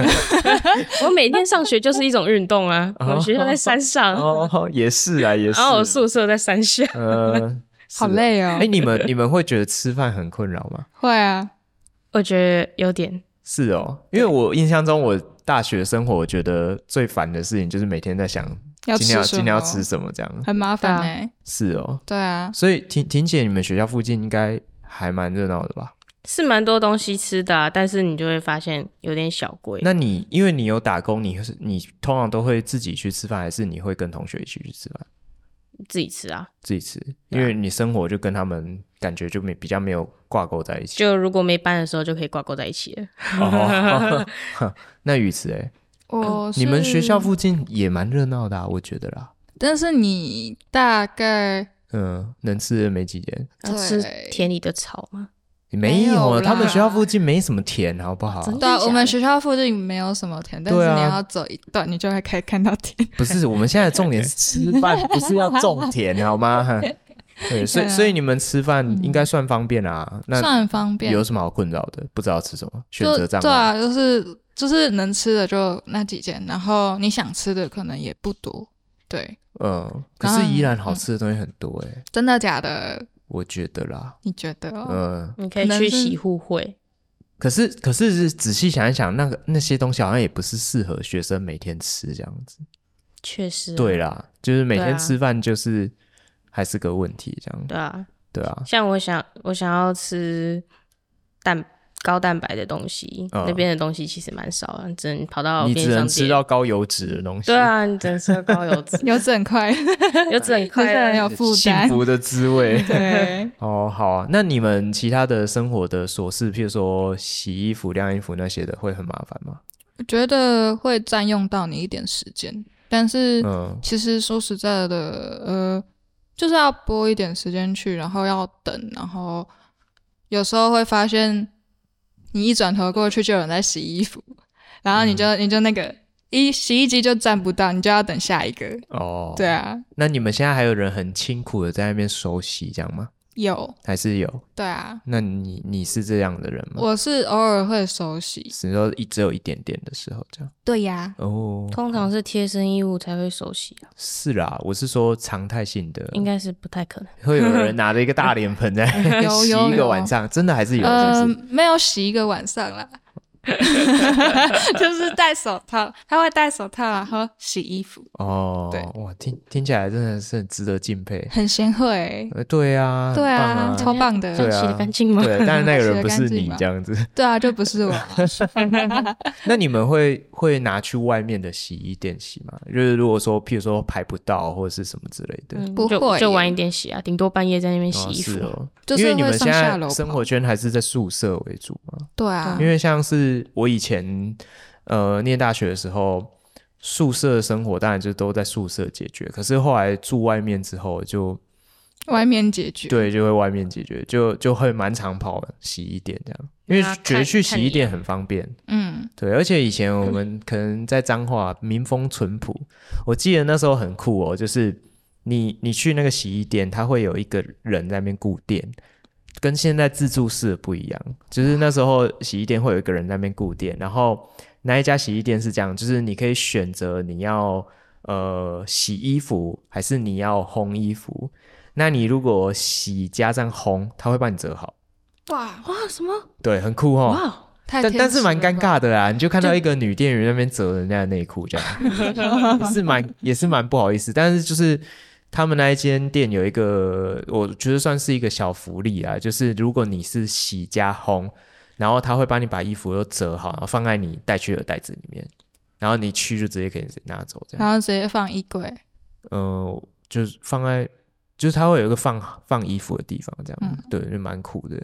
Speaker 3: 我每天上学就是一种运动 啊。我们学校在山上，
Speaker 2: 哦，也是啊，也是。
Speaker 3: 然嗯后我宿舍在山下，
Speaker 2: 呃，
Speaker 1: 好累哦
Speaker 2: 哎、你们你们会觉得吃饭很困扰吗？
Speaker 1: 会啊，
Speaker 3: 我觉得有点
Speaker 2: 是哦，因为我印象中我大学生活，我觉得最烦的事情就是每天在想
Speaker 1: 要
Speaker 2: 今天要
Speaker 1: 吃什
Speaker 2: 今天要
Speaker 1: 么
Speaker 2: 吃什么这样。
Speaker 1: 很麻烦
Speaker 3: 对啊
Speaker 1: 哎、
Speaker 2: 是哦，
Speaker 1: 对啊，
Speaker 2: 所以婷婷姐，你们学校附近应该还蛮热闹的吧？
Speaker 3: 是蛮多东西吃的、啊，但是你就会发现有点小贵。
Speaker 2: 那你因为你有打工，你是你通常都会自己去吃饭，还是你会跟同学一起去吃饭？
Speaker 3: 自己吃啊，
Speaker 2: 自己吃，因为你生活就跟他们感觉就没比较没有挂钩在一起。
Speaker 3: 就如果没班的时候就可以挂钩在一起了。
Speaker 2: 哦， 那雨池哎，
Speaker 1: 我
Speaker 2: 你们
Speaker 1: 是
Speaker 2: 学校附近也蛮热闹的、啊，我觉得啦。
Speaker 1: 但是你大概啊
Speaker 2: 嗯，能吃的没几间，
Speaker 3: 要吃
Speaker 1: 对
Speaker 3: 田里的草吗？
Speaker 2: 没
Speaker 1: 没有
Speaker 2: 有，啊
Speaker 1: 啦
Speaker 2: 他们学校附近没什么田，好不好？
Speaker 3: 真
Speaker 1: 对、啊，
Speaker 3: 假
Speaker 1: 我们
Speaker 3: 的
Speaker 1: 学校附近没有什么田，但是
Speaker 2: 对啊
Speaker 1: 你要走一段，你就会可以看到田。
Speaker 2: 不是，我们现在的重点是吃饭，不是要种田，好 吗？对，所以
Speaker 1: 对啊
Speaker 2: 所以你们吃饭应该算方便啦、那
Speaker 1: 算很方便，
Speaker 2: 有什么好困扰的？不知道吃什么，选
Speaker 1: 就
Speaker 2: 择障
Speaker 1: 对
Speaker 2: 碍。
Speaker 1: 啊，就是就是能吃的就那几件，然后你想吃的可能也不多。对，
Speaker 2: 嗯，可是宜兰好吃的东西很多哎、
Speaker 1: 真的假的？
Speaker 2: 我觉得啦。
Speaker 1: 你觉得、哦？
Speaker 2: 嗯，
Speaker 3: 你可
Speaker 1: 可
Speaker 3: 以
Speaker 1: 能
Speaker 3: 去
Speaker 1: 是，
Speaker 3: 洗护会，
Speaker 2: 可是可是仔细想一想，那个那些东西好像也不是适合学生每天吃这样子。
Speaker 3: 确实、啊
Speaker 2: 对，啦，就是每
Speaker 3: 对
Speaker 2: 天
Speaker 3: 啊
Speaker 2: 吃饭就是还是个问题这样。
Speaker 3: 对啊。
Speaker 2: 对啊，
Speaker 3: 像我想，我想要吃蛋高蛋白的东西，
Speaker 2: 嗯
Speaker 3: 那边的东西其实蛮少的，你只能跑到
Speaker 2: 你
Speaker 3: 便
Speaker 2: 只
Speaker 3: 利商
Speaker 2: 能吃
Speaker 3: 店。
Speaker 2: 到高油脂的东西，
Speaker 3: 对，啊，你只能吃到高油脂
Speaker 1: 有整 块，
Speaker 3: 油脂很
Speaker 1: 真是
Speaker 3: 快
Speaker 1: 很
Speaker 3: 乐。
Speaker 1: 有负
Speaker 2: 幸
Speaker 1: 担。
Speaker 2: 福的滋味。
Speaker 1: 对，
Speaker 2: 哦，好啊。那你们其他的生活的琐事，譬如说洗衣服、晾衣服那些的，会很麻烦吗？
Speaker 1: 我觉得会占用到你一点时间，但是
Speaker 2: 嗯，
Speaker 1: 其实说实在的，呃，就是要拨一点时间去，然后要等，然后有时候会发现，你一转头过去就有人在洗衣服，然后你就、你就那个一洗衣机就占不到，你就要等下一个。
Speaker 2: 哦，
Speaker 1: 对。啊，
Speaker 2: 那你们现在还有人很辛苦的在那边手洗，这样吗？
Speaker 1: 有，
Speaker 2: 还是有？
Speaker 1: 对啊，
Speaker 2: 那你你是这样的人吗？
Speaker 1: 我是偶尔会手洗。
Speaker 2: 只说一只有一点点的时候这样。
Speaker 1: 对呀、
Speaker 2: 哦，
Speaker 3: 通常是贴身衣物才会手洗啊，
Speaker 2: 是啦，我是说常态性的，
Speaker 3: 应该是不太可能。
Speaker 2: 会有 人拿着一个大脸盆在
Speaker 1: 有
Speaker 2: 洗一个
Speaker 1: 有
Speaker 2: 晚上，真的还是有，
Speaker 1: 呃
Speaker 2: 是不是？，
Speaker 1: 没有洗一个晚上 啦，就是戴手套，他会戴手套，然后洗衣服，
Speaker 2: 哦，
Speaker 1: 对
Speaker 2: 哇，听听起来真的是很值得敬佩。
Speaker 1: 很贤惠欸、
Speaker 2: 呃，对啊，
Speaker 1: 对啊，
Speaker 2: 很棒
Speaker 1: 超棒的。
Speaker 2: 对啊
Speaker 3: 洗得干净吗？
Speaker 2: 对，但是那个人不是
Speaker 1: 洗得干净
Speaker 2: 你
Speaker 1: 吧
Speaker 2: 这样子。
Speaker 1: 对啊，就不是我。
Speaker 2: 那你们会会拿去外面的洗衣店洗吗？就是如果说，譬如说排不到或者是什么之类的，
Speaker 3: 嗯
Speaker 1: 不
Speaker 3: 就
Speaker 1: 会
Speaker 3: 就
Speaker 1: 耶
Speaker 3: 晚一点洗啊，顶多半夜在那边洗
Speaker 2: 哦
Speaker 3: 衣服
Speaker 2: 是。哦，
Speaker 1: 就是
Speaker 2: 因为你
Speaker 1: 会
Speaker 2: 们现
Speaker 1: 上下
Speaker 2: 在
Speaker 1: 楼
Speaker 2: 生
Speaker 1: 跑
Speaker 2: 活嗯圈还是在宿舍为主嘛。
Speaker 1: 对啊
Speaker 2: 因，为像是我以前呃念大学的时候，宿舍生活当然就都在宿舍解决，可是后来住外面之后就
Speaker 1: 外面解决。
Speaker 2: 对就会外面解决，就就会蛮常跑洗衣店这样，因为
Speaker 1: 啊
Speaker 3: 那
Speaker 2: 觉得
Speaker 3: 看
Speaker 2: 去
Speaker 3: 看
Speaker 2: 洗衣
Speaker 3: 你
Speaker 2: 店很方便。
Speaker 1: 嗯，
Speaker 2: 对，而且以前我们可能在彰化民风淳朴，我记得那时候很酷哦，就是你你去那个洗衣店，它会有一个人在那边顾店，跟现在自助式的不一样，就是那时候洗衣店会有一个人在那边顾店，然后那一家洗衣店是这样，就是你可以选择你要呃洗衣服还是你要烘衣服，那你如果洗加上烘，它会帮你折好，
Speaker 1: 哇，
Speaker 3: 哇，啊什么？
Speaker 2: 对，很酷哦。
Speaker 3: 哇，
Speaker 1: 太
Speaker 2: 但
Speaker 1: 天
Speaker 2: 但是
Speaker 1: 使
Speaker 2: 蛮
Speaker 1: 了
Speaker 2: 尴
Speaker 1: 吧。
Speaker 2: 尬的啦，你就看到一个女店员在那边折人家的内裤，这样是蛮也是蛮不好意思。但是就是他们那一间店有一个，我觉得算是一个小福利啦，就是如果你是洗加烘，然后他会帮你把衣服都折好，然后放在你带去的袋子里面，然后你去就直接可以拿走这样。
Speaker 1: 然后直接放衣柜，
Speaker 2: 嗯，就是放在，就是它会有一个放放衣服的地方，这样，
Speaker 1: 嗯
Speaker 2: 对，就蛮酷的，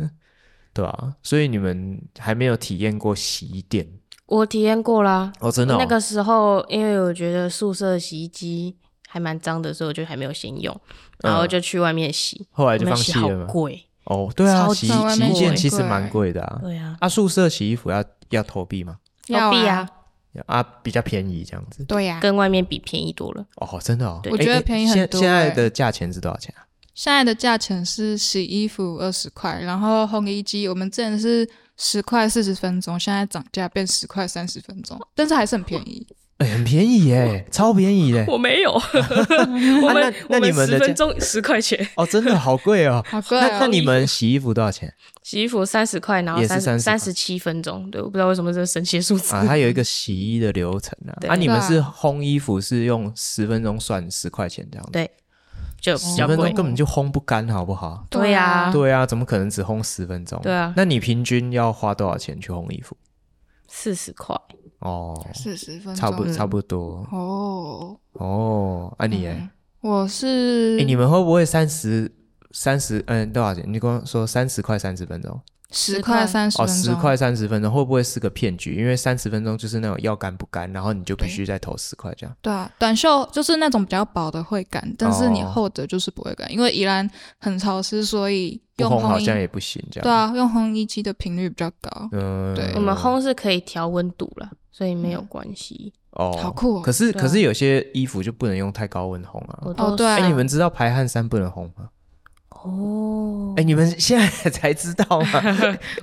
Speaker 2: 对啊，所以你们还没有体验过洗衣店
Speaker 3: 我体验过啦。
Speaker 2: 哦，真的、哦，
Speaker 3: 那个时候，因为我觉得宿舍的洗衣机还蛮脏的，所以我就还没有先用，然
Speaker 2: 嗯
Speaker 3: 后就去外面洗。
Speaker 2: 后来
Speaker 3: 外
Speaker 2: 就
Speaker 3: 面
Speaker 2: 放
Speaker 3: 洗
Speaker 2: 弃
Speaker 3: 好
Speaker 2: 了吗？
Speaker 3: 贵，
Speaker 2: 哦，对啊，
Speaker 3: 超
Speaker 2: 洗
Speaker 3: 级
Speaker 2: 衣洗衣店
Speaker 3: 贵
Speaker 2: 其实蛮贵的啊。
Speaker 3: 对啊，
Speaker 2: 啊，宿舍洗衣服要要投币吗？
Speaker 1: 要
Speaker 3: 必
Speaker 1: 啊，
Speaker 3: 啊，
Speaker 2: 啊，比较便宜这样子。
Speaker 1: 对呀。
Speaker 3: 跟外面比便宜多了。
Speaker 2: 哦，真的哦，
Speaker 3: 对
Speaker 1: 我觉得
Speaker 2: 诶诶
Speaker 1: 便宜很
Speaker 2: 现
Speaker 1: 多
Speaker 2: 现在
Speaker 1: 欸
Speaker 2: 的价钱是多少钱啊？
Speaker 1: 现在的价钱是洗衣服二十块，然后烘衣机我们之前是十块四十分钟，现在涨价变十块三十分钟，但是还是很便 宜。
Speaker 2: 哎，很便宜耶，超便宜耶。
Speaker 3: 我没 有，我
Speaker 2: 啊那那你们的价
Speaker 3: 钟十块钱，
Speaker 2: 哦，真的好贵哦。
Speaker 1: 好贵
Speaker 2: 那那
Speaker 1: 哦！
Speaker 2: 你们洗衣服多少钱
Speaker 3: 洗衣服三十块，然后
Speaker 2: 也是
Speaker 3: 三
Speaker 2: 30
Speaker 3: 三十七分钟。对，我不知道为什么这是神奇的数字。
Speaker 2: 啊？它有一个洗衣的流程啊。
Speaker 3: 对
Speaker 2: 啊，你们
Speaker 1: 对啊
Speaker 2: 是烘衣服是用十分钟算十块钱这样子？
Speaker 3: 对 就比
Speaker 2: 十
Speaker 3: 较
Speaker 2: 分
Speaker 3: 贵
Speaker 2: 钟，根本就烘不干，好不好？
Speaker 3: 对 啊
Speaker 2: 对啊，怎么可能只烘十分钟？
Speaker 3: 对啊
Speaker 2: 那你平均要花多少钱去烘衣服？
Speaker 3: 四十块，
Speaker 2: 哦，
Speaker 1: 四十分钟，
Speaker 2: 差不
Speaker 3: 嗯
Speaker 2: 差不多
Speaker 1: 哦。
Speaker 2: 哦。啊你耶，
Speaker 1: 嗯
Speaker 2: 哎、
Speaker 1: 我是
Speaker 2: 你们会不会三十三十？嗯，多少钱？你刚刚说三十块三十分钟，
Speaker 1: 十
Speaker 3: 10
Speaker 1: 块
Speaker 3: 块
Speaker 1: 三十
Speaker 2: 哦，
Speaker 1: 分
Speaker 2: 十
Speaker 1: 钟，
Speaker 2: 块三十分钟，会不会是个骗局？因为三十分钟就是那种要干不干，然后你就必须再投十块这样。
Speaker 1: 对啊，短袖就是那种比较薄的会干，但是你
Speaker 2: 哦
Speaker 1: 厚的就是不会干，因为宜兰很潮湿，所以
Speaker 2: 不
Speaker 1: 用
Speaker 2: 烘好
Speaker 1: 烘
Speaker 2: 像
Speaker 1: 衣
Speaker 2: 也不行这样。
Speaker 1: 对，啊，用烘衣机的频率比较高，
Speaker 2: 嗯，
Speaker 1: 对
Speaker 3: 我们烘是可以调温度了，所以没有关系。
Speaker 2: 哦，
Speaker 1: 好酷哦
Speaker 2: 可是
Speaker 3: 对啊
Speaker 2: 可是有些衣服就不能用太高温烘啊。
Speaker 3: 我都
Speaker 1: 哦对啊
Speaker 2: 哎、
Speaker 3: 是
Speaker 2: 你们知道排汗衫不能烘吗？
Speaker 3: 哦
Speaker 2: 哎、，你们现在才知道吗？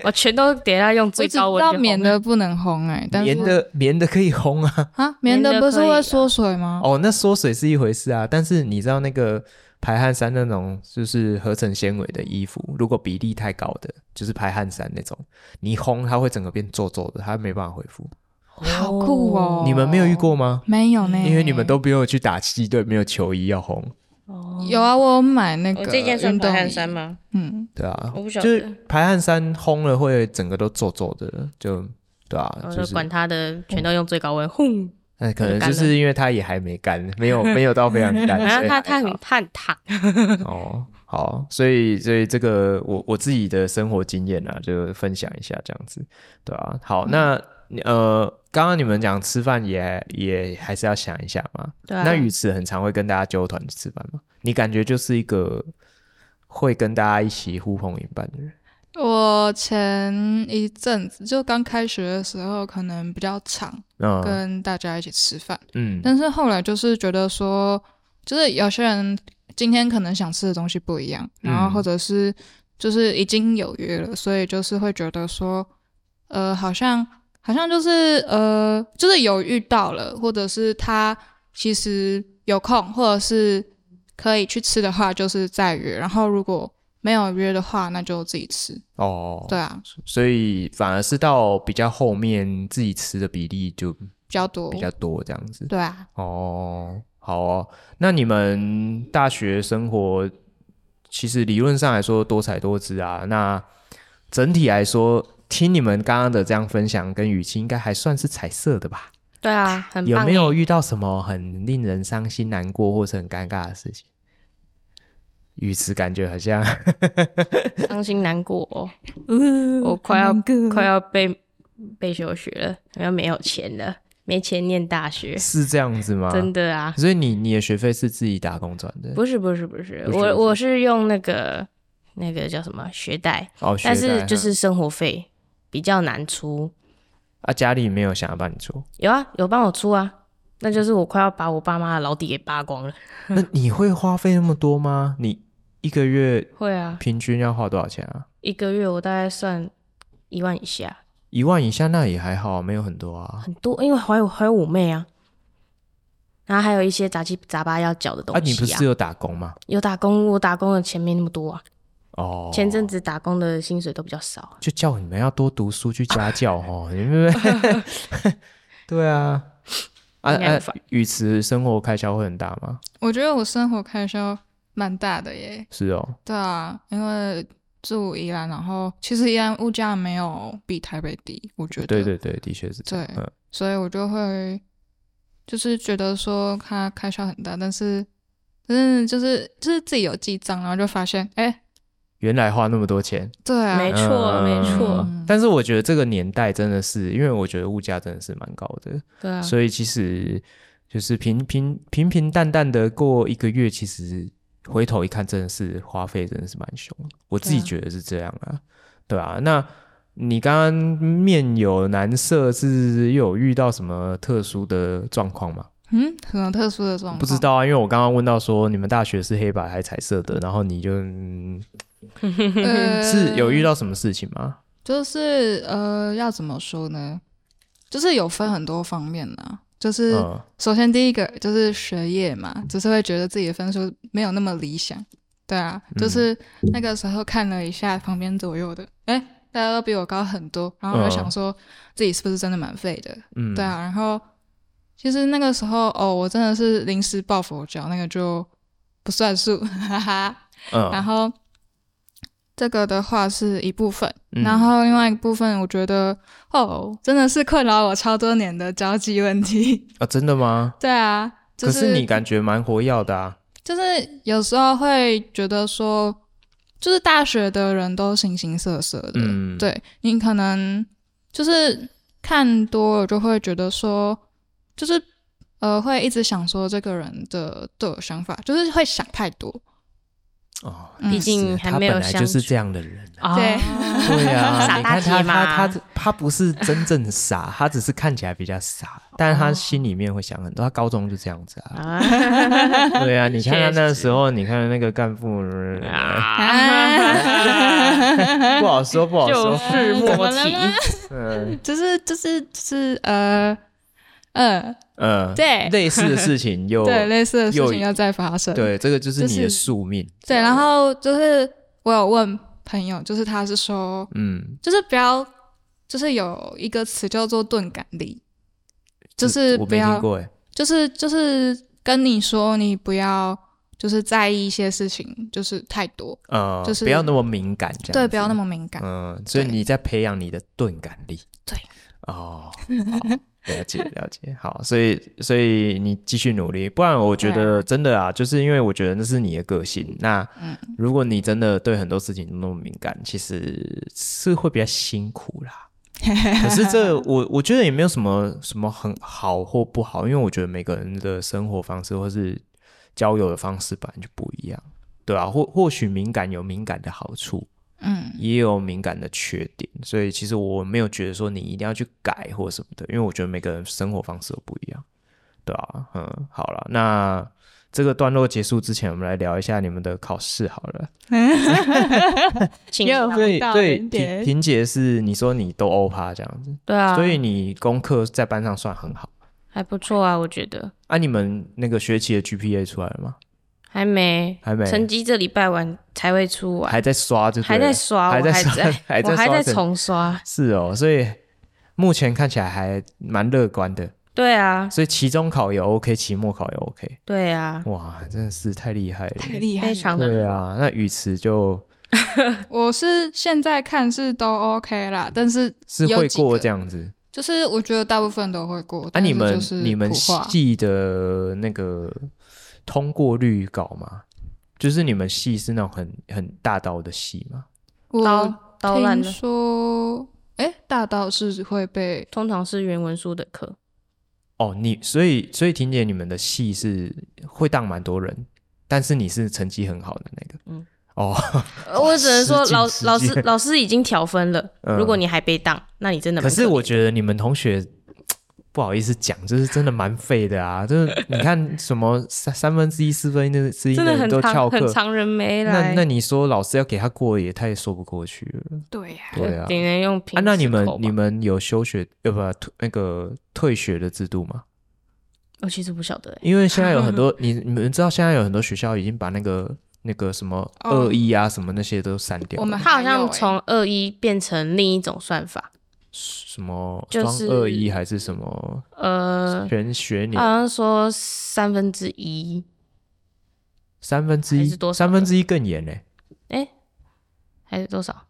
Speaker 3: 我全都给他用
Speaker 1: 我
Speaker 3: 最
Speaker 1: 只知
Speaker 3: 高温
Speaker 1: 道
Speaker 3: 就好哦
Speaker 1: 棉的不能烘哎、但是
Speaker 2: 棉的棉的可以烘啊。
Speaker 1: 啊，棉
Speaker 3: 棉的
Speaker 1: 不是
Speaker 3: 可以
Speaker 1: 会
Speaker 3: 啊
Speaker 1: 缩水吗？
Speaker 2: 哦，那缩水是一回事啊，但是你知道那个排汗衫那种就是合成纤维的衣服，如果比例太高的，就是排汗衫那种，你一烘它会整个变皱皱的，它没办法恢复。
Speaker 3: 啊
Speaker 1: 好酷哦！
Speaker 2: 你们没有遇过吗？
Speaker 1: 没有呢？
Speaker 2: 因为你们都不用去打气，对，没有球衣要烘。
Speaker 3: 哦
Speaker 1: 有啊，我有买那个
Speaker 3: 我这件算
Speaker 1: 运
Speaker 3: 排
Speaker 1: 动
Speaker 3: 汗
Speaker 1: 衣
Speaker 3: 衫吗？
Speaker 1: 嗯，
Speaker 2: 对啊，
Speaker 3: 我不晓
Speaker 2: 就
Speaker 3: 得
Speaker 2: 是排汗衫烘了会整个都皱皱的了，就对啊，
Speaker 3: 我
Speaker 2: 就
Speaker 3: 就是管他的，全都用最高温轰。
Speaker 2: 那可能
Speaker 3: 干
Speaker 2: 就
Speaker 3: 了
Speaker 2: 是因为它也还没干，没有没有到非常 干，
Speaker 3: 然
Speaker 2: 所
Speaker 3: 后
Speaker 2: 以
Speaker 3: 哎他
Speaker 2: 还
Speaker 3: 他很
Speaker 2: 好
Speaker 3: 他很烫，
Speaker 2: 哦，好，所以所以这个我我自己的生活经验啊，就分享一下这样子，对啊，好，那呃，刚刚你们讲吃饭也也还是要想一下嘛，
Speaker 3: 对啊
Speaker 2: 那宇慈很常会跟大家揪团吃饭吗？你感觉就是一个会跟大家一起呼朋引伴的人，
Speaker 1: 我前一阵子就刚开学的时候，可能比较常
Speaker 2: 嗯
Speaker 1: 跟大家一起吃饭，
Speaker 2: 嗯
Speaker 1: 但是后来就是觉得说，就是有些人今天可能想吃的东西不一样，
Speaker 2: 嗯
Speaker 1: 然后或者是就是已经有约了，所以就是会觉得说，呃，好像好像就是呃，就是有遇到了，或者是他其实有空，或者是可以去吃的话，就是再约。然后如果没有约的话，那就自己吃。
Speaker 2: 哦，
Speaker 1: 对，啊，
Speaker 2: 所以反而是到比较后面自己吃的比例就
Speaker 1: 比较多。
Speaker 2: 比较多这样子，
Speaker 1: 对啊，
Speaker 2: 哦，好哦，那你们大学生活其实理论上来说多彩多姿啊。那整体来说，听你们刚刚的这样分享跟语气，应该还算是彩色的吧？
Speaker 3: 对啊，很
Speaker 2: 有
Speaker 3: 棒
Speaker 2: 没
Speaker 3: 耶。
Speaker 2: 有遇到什么很令人伤心、难过或是很尴尬的事情？语词感觉好像
Speaker 3: 伤心难过、哦，我快要快要被被休学了，我要没有钱了，没钱念大学，
Speaker 2: 是这样子吗？
Speaker 3: 真的啊！
Speaker 2: 所以你你的学费是自己打工赚的？
Speaker 3: 不是不是不是，
Speaker 2: 不是
Speaker 3: 我
Speaker 2: 不是
Speaker 3: 我是用那个那个叫什么学贷，
Speaker 2: 哦，学
Speaker 3: 但
Speaker 2: 贷
Speaker 3: 是就
Speaker 2: 哈
Speaker 3: 是生活费比较难出。
Speaker 2: 啊，家里没有想要帮你 做，
Speaker 3: 有啊，有帮我出啊，那就是我快要把我爸妈的老底给扒光了。
Speaker 2: 那你会花费那么多吗？你一个月
Speaker 3: 会啊，
Speaker 2: 平均要花多少钱啊？
Speaker 3: 一个月我大概算一万以下，
Speaker 2: 一万以下那也还好，没有很多啊。
Speaker 3: 很多，因为还有还有我妹啊，然后还有一些杂七杂八要缴的东
Speaker 2: 啊，
Speaker 3: 西
Speaker 2: 你不是有打工吗？
Speaker 3: 有打工，我打工的钱没那么多啊。
Speaker 2: 哦，
Speaker 3: 前阵子打工的薪水都比较少啊，
Speaker 2: 就叫你们要多读书去家教哦， 你们对啊，啊
Speaker 3: 应该
Speaker 2: 啊
Speaker 3: 无法，
Speaker 2: 语词生活开销会很大吗？
Speaker 1: 我觉得我生活开销蛮大的耶。
Speaker 2: 是哦，
Speaker 1: 对啊，因为住宜兰，然后其实宜兰物价没有比台北低，我觉得。
Speaker 2: 对对对，的确是这样。
Speaker 1: 对
Speaker 2: 嗯，
Speaker 1: 所以我就会就是觉得说它开销很大，但是但是就是就是自己有记账，然后就发现，哎、
Speaker 2: 原来花那么多钱，
Speaker 1: 对啊，
Speaker 3: 没错没错
Speaker 2: 嗯但是我觉得这个年代真的是，因为我觉得物价真的是蛮高的，
Speaker 3: 对
Speaker 1: 嗯
Speaker 3: 啊，
Speaker 2: 所以其实就是平平平平淡淡的过一个月，其实回头一看，真的是花费真的是蛮凶的。我自己
Speaker 3: 对啊
Speaker 2: 觉得是这样啊，对啊。那你刚刚面有难色，是又有遇到什么特殊的状况吗？
Speaker 1: 嗯，什么特殊的状况？
Speaker 2: 不知。道啊，因为我刚刚问到说你们大学是黑白还是彩色的，然后你就、嗯
Speaker 1: 呃，
Speaker 2: 是有遇到什么事情吗？
Speaker 1: 就是呃，要怎么说呢？就是有分很多方面啦。就是
Speaker 2: 嗯，
Speaker 1: 首先第一个就是学业嘛，只是会觉得自己的分数没有那么理想。对啊，
Speaker 2: 嗯
Speaker 1: 就是那个时候看了一下旁边左右的，哎、大家都比我高很多，然后我就想说自己是不是真的蛮废的？
Speaker 2: 嗯
Speaker 1: 对，啊，然后其实那个时候哦，我真的是临时抱佛脚，那个就不算数， 哈哈。然
Speaker 2: 嗯，
Speaker 1: 后这个的话是一部分，
Speaker 2: 嗯
Speaker 1: 然后另外一部分，我觉得哦，真的是困扰我超多年的交际问题。
Speaker 2: 啊，真的吗？
Speaker 1: 对啊，就
Speaker 2: 可是你感觉蛮活跃的啊，
Speaker 1: 就是有时候会觉得说，就是大学的人都形形色色的，
Speaker 2: 嗯
Speaker 1: 对你可能就是看多了就会觉得说，就是呃会一直想说这个人的对我想法，就是会想太多，
Speaker 2: 哦，
Speaker 1: 嗯
Speaker 3: 毕
Speaker 2: 是
Speaker 3: 竟还
Speaker 2: 他
Speaker 3: 没有
Speaker 2: 本来
Speaker 3: 相
Speaker 2: 就是
Speaker 3: 处
Speaker 2: 这样的人啊。
Speaker 3: 啊
Speaker 1: 对
Speaker 2: 对 啊，
Speaker 3: 傻
Speaker 2: 你
Speaker 3: 大
Speaker 2: 看他
Speaker 3: 姐嘛
Speaker 2: 他他他不是真正傻，他只是看起来比较傻，但是他心里面会想很多。他高中就这样子 啊，
Speaker 3: 啊
Speaker 2: 对啊，你看他
Speaker 3: 确实
Speaker 2: 那时候，你看那个干部，呃哦
Speaker 3: 啊，
Speaker 2: 不好说，不好
Speaker 3: 就
Speaker 2: 说，
Speaker 3: 是默契，
Speaker 2: 嗯
Speaker 1: 就是就是就是呃呃，
Speaker 2: 嗯，
Speaker 1: 对
Speaker 2: 类似的事情又
Speaker 1: 对，类似的事
Speaker 2: 哦又
Speaker 1: 情又再发生，
Speaker 2: 对，这个就是你
Speaker 1: 就
Speaker 2: 的
Speaker 1: 是
Speaker 2: 宿命，
Speaker 1: 对，然后就是我有问朋友，就是他是说，
Speaker 2: 嗯，
Speaker 1: 就是不要，就是有一个词叫做钝感力，就是
Speaker 2: 我
Speaker 1: 不
Speaker 2: 没听
Speaker 1: 要，
Speaker 2: 过哎，
Speaker 1: 就是就是跟你说你不要，就是在意一些事情，就是太多，
Speaker 2: 呃，
Speaker 1: 就是
Speaker 2: 不要那么敏感，这样
Speaker 1: 对，不要那
Speaker 2: 么
Speaker 1: 么敏感。
Speaker 2: 嗯，所以
Speaker 1: 对
Speaker 2: 你在培养你的钝感力。
Speaker 1: 对，
Speaker 2: 哦，好了解 了解，好，所以所以你继续努力，不然我觉得真的啊，就是因为我觉得那是你的个性。那
Speaker 1: 嗯
Speaker 2: 如果你真的对很多事情都那么敏感，其实是会比较辛苦 啦。可是这我我觉得也没有什么什么很好或不好，因为我觉得每个人的生活方式或是交友的方式本来就不一样，对啊，或或许敏感有敏感的好处，
Speaker 1: 嗯，
Speaker 2: 也有敏感的缺点，所以其实我没有觉得说你一定要去改或什么的，因为我觉得每个人生活方式都不一样，对啊，嗯，好了，那这个段落结束之前，我们来聊一下你们的考试好了。
Speaker 3: 请
Speaker 1: 又
Speaker 3: 上
Speaker 1: 回
Speaker 2: 对
Speaker 1: 到
Speaker 2: 对，
Speaker 1: 原
Speaker 2: 婷
Speaker 1: 点
Speaker 2: 婷姐是你说你都欧趴这样子，
Speaker 3: 对啊，
Speaker 2: 所以你功课在班上算很好。
Speaker 3: 还不错啊，我觉得
Speaker 2: 啊，你们那个学期的 GPA 出来了吗？
Speaker 3: 还没
Speaker 2: 还没
Speaker 3: 成绩，这礼拜完才会出完，
Speaker 2: 还在刷就对了，
Speaker 3: 还在刷，
Speaker 2: 还
Speaker 3: 我
Speaker 2: 在
Speaker 3: 还
Speaker 2: 刷，
Speaker 3: 在，
Speaker 2: 还在
Speaker 3: 我还
Speaker 2: 刷
Speaker 3: 在
Speaker 2: 成
Speaker 3: 重刷。
Speaker 2: 是哦，所以目前看起来还蛮乐观的。
Speaker 3: 对啊，
Speaker 2: 所以期中考也 OK，期末考也 OK。
Speaker 3: 对啊，
Speaker 2: 哇，真的是太厉害了！
Speaker 1: 太厉害了，
Speaker 3: 非常
Speaker 2: 对
Speaker 3: 的
Speaker 2: 啊，那语词就
Speaker 1: 我是现在看是都 OK 啦，但是
Speaker 2: 是
Speaker 1: 有
Speaker 2: 会
Speaker 1: 几个
Speaker 2: 过这，样子。
Speaker 1: 就是我觉得大部分都会过。
Speaker 2: 啊，
Speaker 1: 但是
Speaker 2: 你们
Speaker 1: 就是
Speaker 2: 你们
Speaker 1: 普化
Speaker 2: 系的那个通过率高吗？就是你们系是那种很很大刀的系吗？
Speaker 3: 刀
Speaker 1: 我
Speaker 3: 刀烂
Speaker 1: 听
Speaker 3: 的，
Speaker 1: 说，哎，大刀是会被
Speaker 3: 通常是原文书的课，
Speaker 2: 哦，你所以所以婷姐，你们的系是会当蛮多人，但是你是成绩很好的那个。
Speaker 3: 嗯。
Speaker 2: 哦，
Speaker 3: 呃我只能说
Speaker 2: 失敬
Speaker 3: 老
Speaker 2: 失
Speaker 3: 老
Speaker 2: 敬
Speaker 3: 师老师已经调分了，
Speaker 2: 嗯
Speaker 3: 如果你还被当，那你真的
Speaker 2: 可
Speaker 3: 蛮
Speaker 2: 是我
Speaker 3: 怜
Speaker 2: 觉得你们同学不好意思讲，就是真的蛮废的啊！就是你看什么三三分之一、四分之一
Speaker 3: 真的
Speaker 2: 人
Speaker 3: 很
Speaker 2: 都翘
Speaker 3: 常很
Speaker 2: 课，
Speaker 3: 常人没
Speaker 2: 那
Speaker 3: 来，
Speaker 2: 那你说老师要给他过也太说不过去了。
Speaker 1: 对呀、
Speaker 2: 对啊，
Speaker 3: 顶人用
Speaker 2: 啊，
Speaker 3: 平
Speaker 2: 那你们
Speaker 3: 时口吧
Speaker 2: 你们有休学呃不退那个退学的制度吗？
Speaker 3: 我其实不晓得欸，
Speaker 2: 因为现在有很 多你你们知道现在有很多学校已经把那个那个什么
Speaker 1: 哦
Speaker 2: 恶意啊什么那些都删掉了，
Speaker 1: 我们
Speaker 3: 它好
Speaker 1: 还有
Speaker 3: 像
Speaker 1: 欸
Speaker 3: 从二一变成另一种算法，
Speaker 2: 什么
Speaker 3: 就
Speaker 2: 双
Speaker 3: 是
Speaker 2: 恶意还是什么
Speaker 3: 呃，
Speaker 2: 全学
Speaker 3: 好
Speaker 2: 年
Speaker 3: 像说三分之一，
Speaker 2: 三分之
Speaker 3: 还
Speaker 2: 一
Speaker 3: 是多少
Speaker 2: 三分之一更严嘞、
Speaker 3: 哎，还是多少？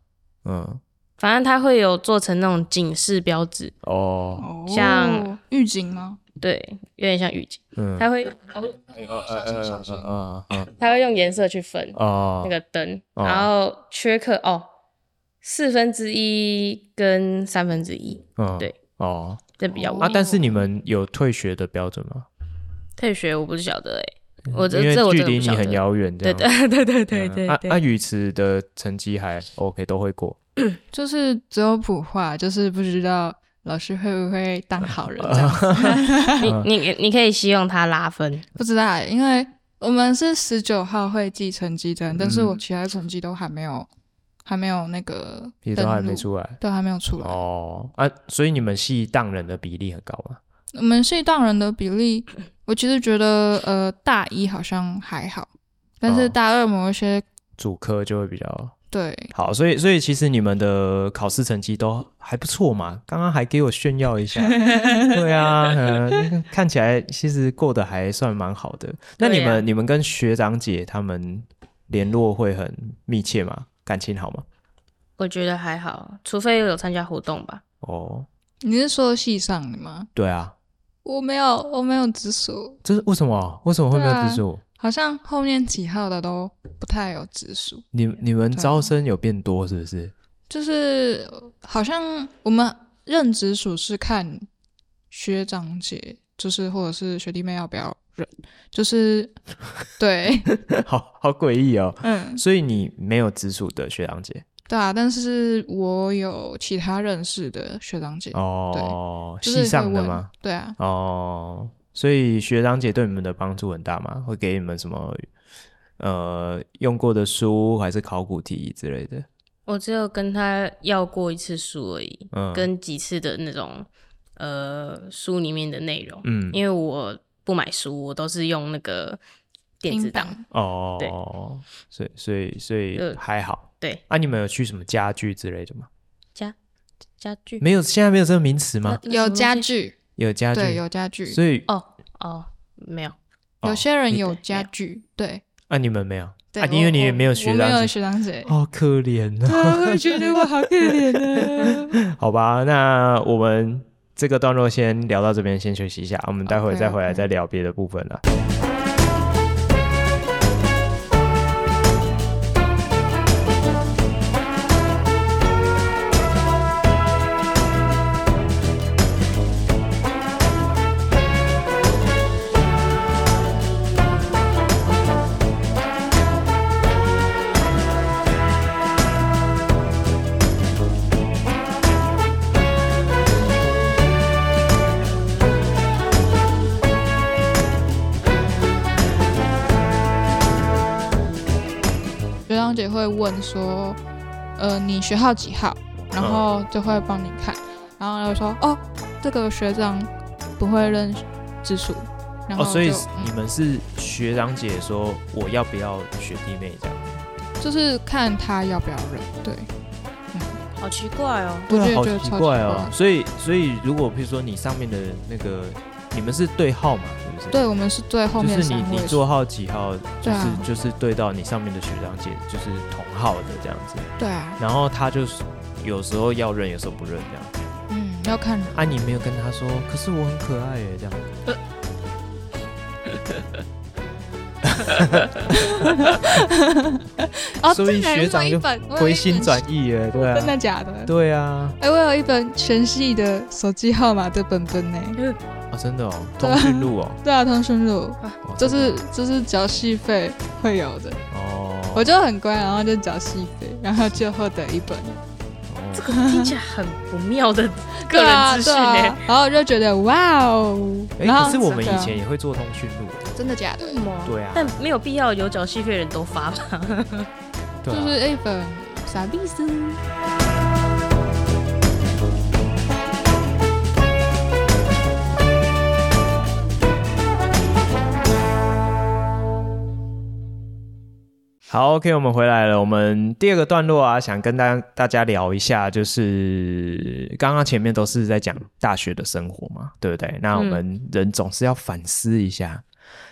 Speaker 2: 嗯，
Speaker 3: 反正它会有做成那种警示标志，
Speaker 2: 哦，
Speaker 1: 哦
Speaker 3: 像
Speaker 1: 预警吗？
Speaker 3: 对，有点像预警，
Speaker 2: 嗯，
Speaker 3: 它会
Speaker 2: 啊啊
Speaker 3: 它会用颜色去分那
Speaker 2: 哦，
Speaker 3: 个灯，
Speaker 2: 哦
Speaker 3: 然后缺课哦，四分之一跟三分之一，
Speaker 2: 嗯，
Speaker 3: 对，
Speaker 2: 哦，
Speaker 3: 这比较
Speaker 1: 哦
Speaker 2: 啊，
Speaker 3: 稳。
Speaker 2: 但是你们有退学的标准吗？
Speaker 3: 退学我不是晓得哎，我
Speaker 2: 嗯因
Speaker 3: 这
Speaker 2: 为
Speaker 3: 这我
Speaker 2: 距
Speaker 3: 真的
Speaker 2: 离
Speaker 3: 不
Speaker 2: 你
Speaker 3: 晓
Speaker 2: 很
Speaker 3: 得。
Speaker 2: 遥远，这
Speaker 3: 对
Speaker 2: 样。
Speaker 3: 对对对对
Speaker 2: 嗯
Speaker 3: 对
Speaker 2: 啊啊，
Speaker 3: 对，
Speaker 2: 语词的成绩还 OK，都会过。
Speaker 1: 就是只有普化，就是不知道老师会不会当好人 这
Speaker 2: 啊
Speaker 1: 样子，
Speaker 3: 你你你可以希望他拉分，
Speaker 1: 不知道欸，因为我们是十九号会记成绩单，但是
Speaker 2: 嗯
Speaker 1: 我其他成绩都还没有，还没有那个
Speaker 2: 也都还
Speaker 1: 登
Speaker 2: 没
Speaker 1: 录，
Speaker 2: 出来。
Speaker 1: 都还没有出来。
Speaker 2: 哦，啊，所以你们系当人的比例很高吗？
Speaker 1: 我们系当人的比例，我其实觉得呃大一好像还好，但
Speaker 2: 哦
Speaker 1: 是大二某一些
Speaker 2: 主科就会比较
Speaker 1: 对
Speaker 2: 好，所以所以其实你们的考试成绩都还不错嘛。刚刚还给我炫耀一下，对啊，嗯，看起来其实过得还算蛮好的。那你
Speaker 3: 对啊
Speaker 2: 们、你们跟学长姐他们联络会很密切吗？感情好吗？
Speaker 3: 我觉得还好，除非有参加活动吧。
Speaker 2: 哦，
Speaker 1: 你是说系上的吗？
Speaker 2: 对啊，
Speaker 1: 我没有，我没有直属，
Speaker 2: 这是为什么？为什么会没有
Speaker 1: 对啊
Speaker 2: 资助？
Speaker 1: 好像后面几号的都不太有直属，
Speaker 2: 你你们
Speaker 1: 对啊
Speaker 2: 招生有变多是不是？
Speaker 1: 就是好像我们任直属是看学长姐，就是或者是学弟妹要不要认，就是 对，
Speaker 2: 好好诡异哦。
Speaker 1: 嗯，
Speaker 2: 所以你没有直属的学长姐
Speaker 1: 对啊，但是我有其他认识的学长姐，
Speaker 2: 哦，
Speaker 1: 就是
Speaker 2: 系
Speaker 1: 会
Speaker 2: 上的
Speaker 1: 问
Speaker 2: 吗？？
Speaker 1: 对啊，
Speaker 2: 哦，所以学长姐对你们的帮助很大吗？会给你们什么呃用过的书，还是考古题之类的？
Speaker 3: 我只有跟他要过一次书而已，
Speaker 2: 嗯，
Speaker 3: 跟几次的那种呃书里面的内容，
Speaker 2: 嗯
Speaker 3: 因为我不买书，我都是用那个电子
Speaker 1: 英
Speaker 3: 档。
Speaker 1: 档
Speaker 3: 对
Speaker 2: 哦，所以所以所以
Speaker 3: 呃
Speaker 2: 还好。
Speaker 3: 对，
Speaker 2: 啊，你们有去什么家具之类的吗？
Speaker 3: 家家具
Speaker 2: 没有，现在没有这个名词吗？
Speaker 3: 那
Speaker 1: 有
Speaker 3: 什么
Speaker 1: 家
Speaker 3: 东西
Speaker 1: 具，
Speaker 2: 有家具，
Speaker 1: 呃对，有家具，
Speaker 2: 所以
Speaker 3: 哦哦没有
Speaker 1: 有
Speaker 2: 哦
Speaker 1: 些人有
Speaker 3: 对
Speaker 1: 家
Speaker 3: 没有
Speaker 1: 具，对，
Speaker 2: 啊，你们没有
Speaker 1: 对
Speaker 2: 啊，因为你也没有
Speaker 1: 我
Speaker 2: 学
Speaker 1: 我没
Speaker 2: 长
Speaker 1: 有
Speaker 2: 姐，
Speaker 1: 学长 姐，
Speaker 2: 好可怜 啊。
Speaker 1: 对，我也觉得我好可怜啊。
Speaker 2: 好吧，那我们这个段落先聊到这边，先休息一下，我们待会
Speaker 1: OK，
Speaker 2: 再回来
Speaker 1: OK
Speaker 2: 再聊别的部分了。
Speaker 1: 学长姐会问说，呃，你学号几号？然后就会帮你看，然后就说，哦，这个学长不会认直属，然后
Speaker 2: 哦，
Speaker 1: 就、
Speaker 2: 所以
Speaker 1: 嗯
Speaker 2: 你们是学长姐说我要不要学弟妹这样？
Speaker 1: 就是看他要不要认，对，
Speaker 3: 好奇怪哦。
Speaker 1: 我就
Speaker 2: 好
Speaker 1: 觉得
Speaker 2: 奇
Speaker 1: 超
Speaker 2: 怪哦。所以，所以如果譬如说你上面的那个，你们是对号嘛，是不是？
Speaker 1: 对，我们是最后面
Speaker 2: 就是
Speaker 1: 三
Speaker 2: 你
Speaker 1: 位
Speaker 2: 你座号几号，就
Speaker 1: 对
Speaker 2: 是、
Speaker 1: 啊
Speaker 2: 就是对到你上面的学长姐就是同号的这样子，
Speaker 1: 对啊，
Speaker 2: 然后他就是有时候要认，有时候不认这样。
Speaker 1: 嗯，要看人，
Speaker 2: 啊，你没有跟他说，可是我很可爱耶，这样。
Speaker 1: 哦，
Speaker 2: 所以
Speaker 1: 这个人
Speaker 2: 学长
Speaker 1: 我有一
Speaker 2: 就
Speaker 1: 本我有
Speaker 2: 回
Speaker 1: 一
Speaker 2: 心
Speaker 1: 本
Speaker 2: 转意耶，对
Speaker 1: 真的
Speaker 2: 啊，
Speaker 1: 假的？
Speaker 2: 对啊，
Speaker 1: 哎、我有一本全系的手机号码的本本呢。
Speaker 2: 啊，真的哦，通讯录哦，
Speaker 1: 对啊，通讯录，
Speaker 2: 哦
Speaker 1: 就
Speaker 2: 真
Speaker 1: 是
Speaker 2: 的
Speaker 1: 就是缴戏费会有的。
Speaker 2: 哦，
Speaker 1: 我就很乖，然后就缴戏费，然后就获得一 本
Speaker 2: 哦
Speaker 3: 这个听起来很不妙的个
Speaker 1: 对啊
Speaker 3: 人资讯
Speaker 1: 对
Speaker 3: 呢
Speaker 1: 啊。然后就觉得哇哦，
Speaker 2: 哎，
Speaker 1: 然后
Speaker 2: 可是我们
Speaker 1: 对啊
Speaker 2: 以前也会做通讯录，
Speaker 1: 真的假的？
Speaker 3: 为什么
Speaker 2: 对啊
Speaker 3: 但没有必要有缴戏费的人都发吧。
Speaker 1: 就
Speaker 2: 对啊，
Speaker 1: 是一哎本傻逼书。
Speaker 2: 好，OK，我们回来了。我们第二个段落啊，想跟大家大家聊一下，就是刚刚前面都是在讲大学的生活嘛，对不对？那我们人总是要反思一下，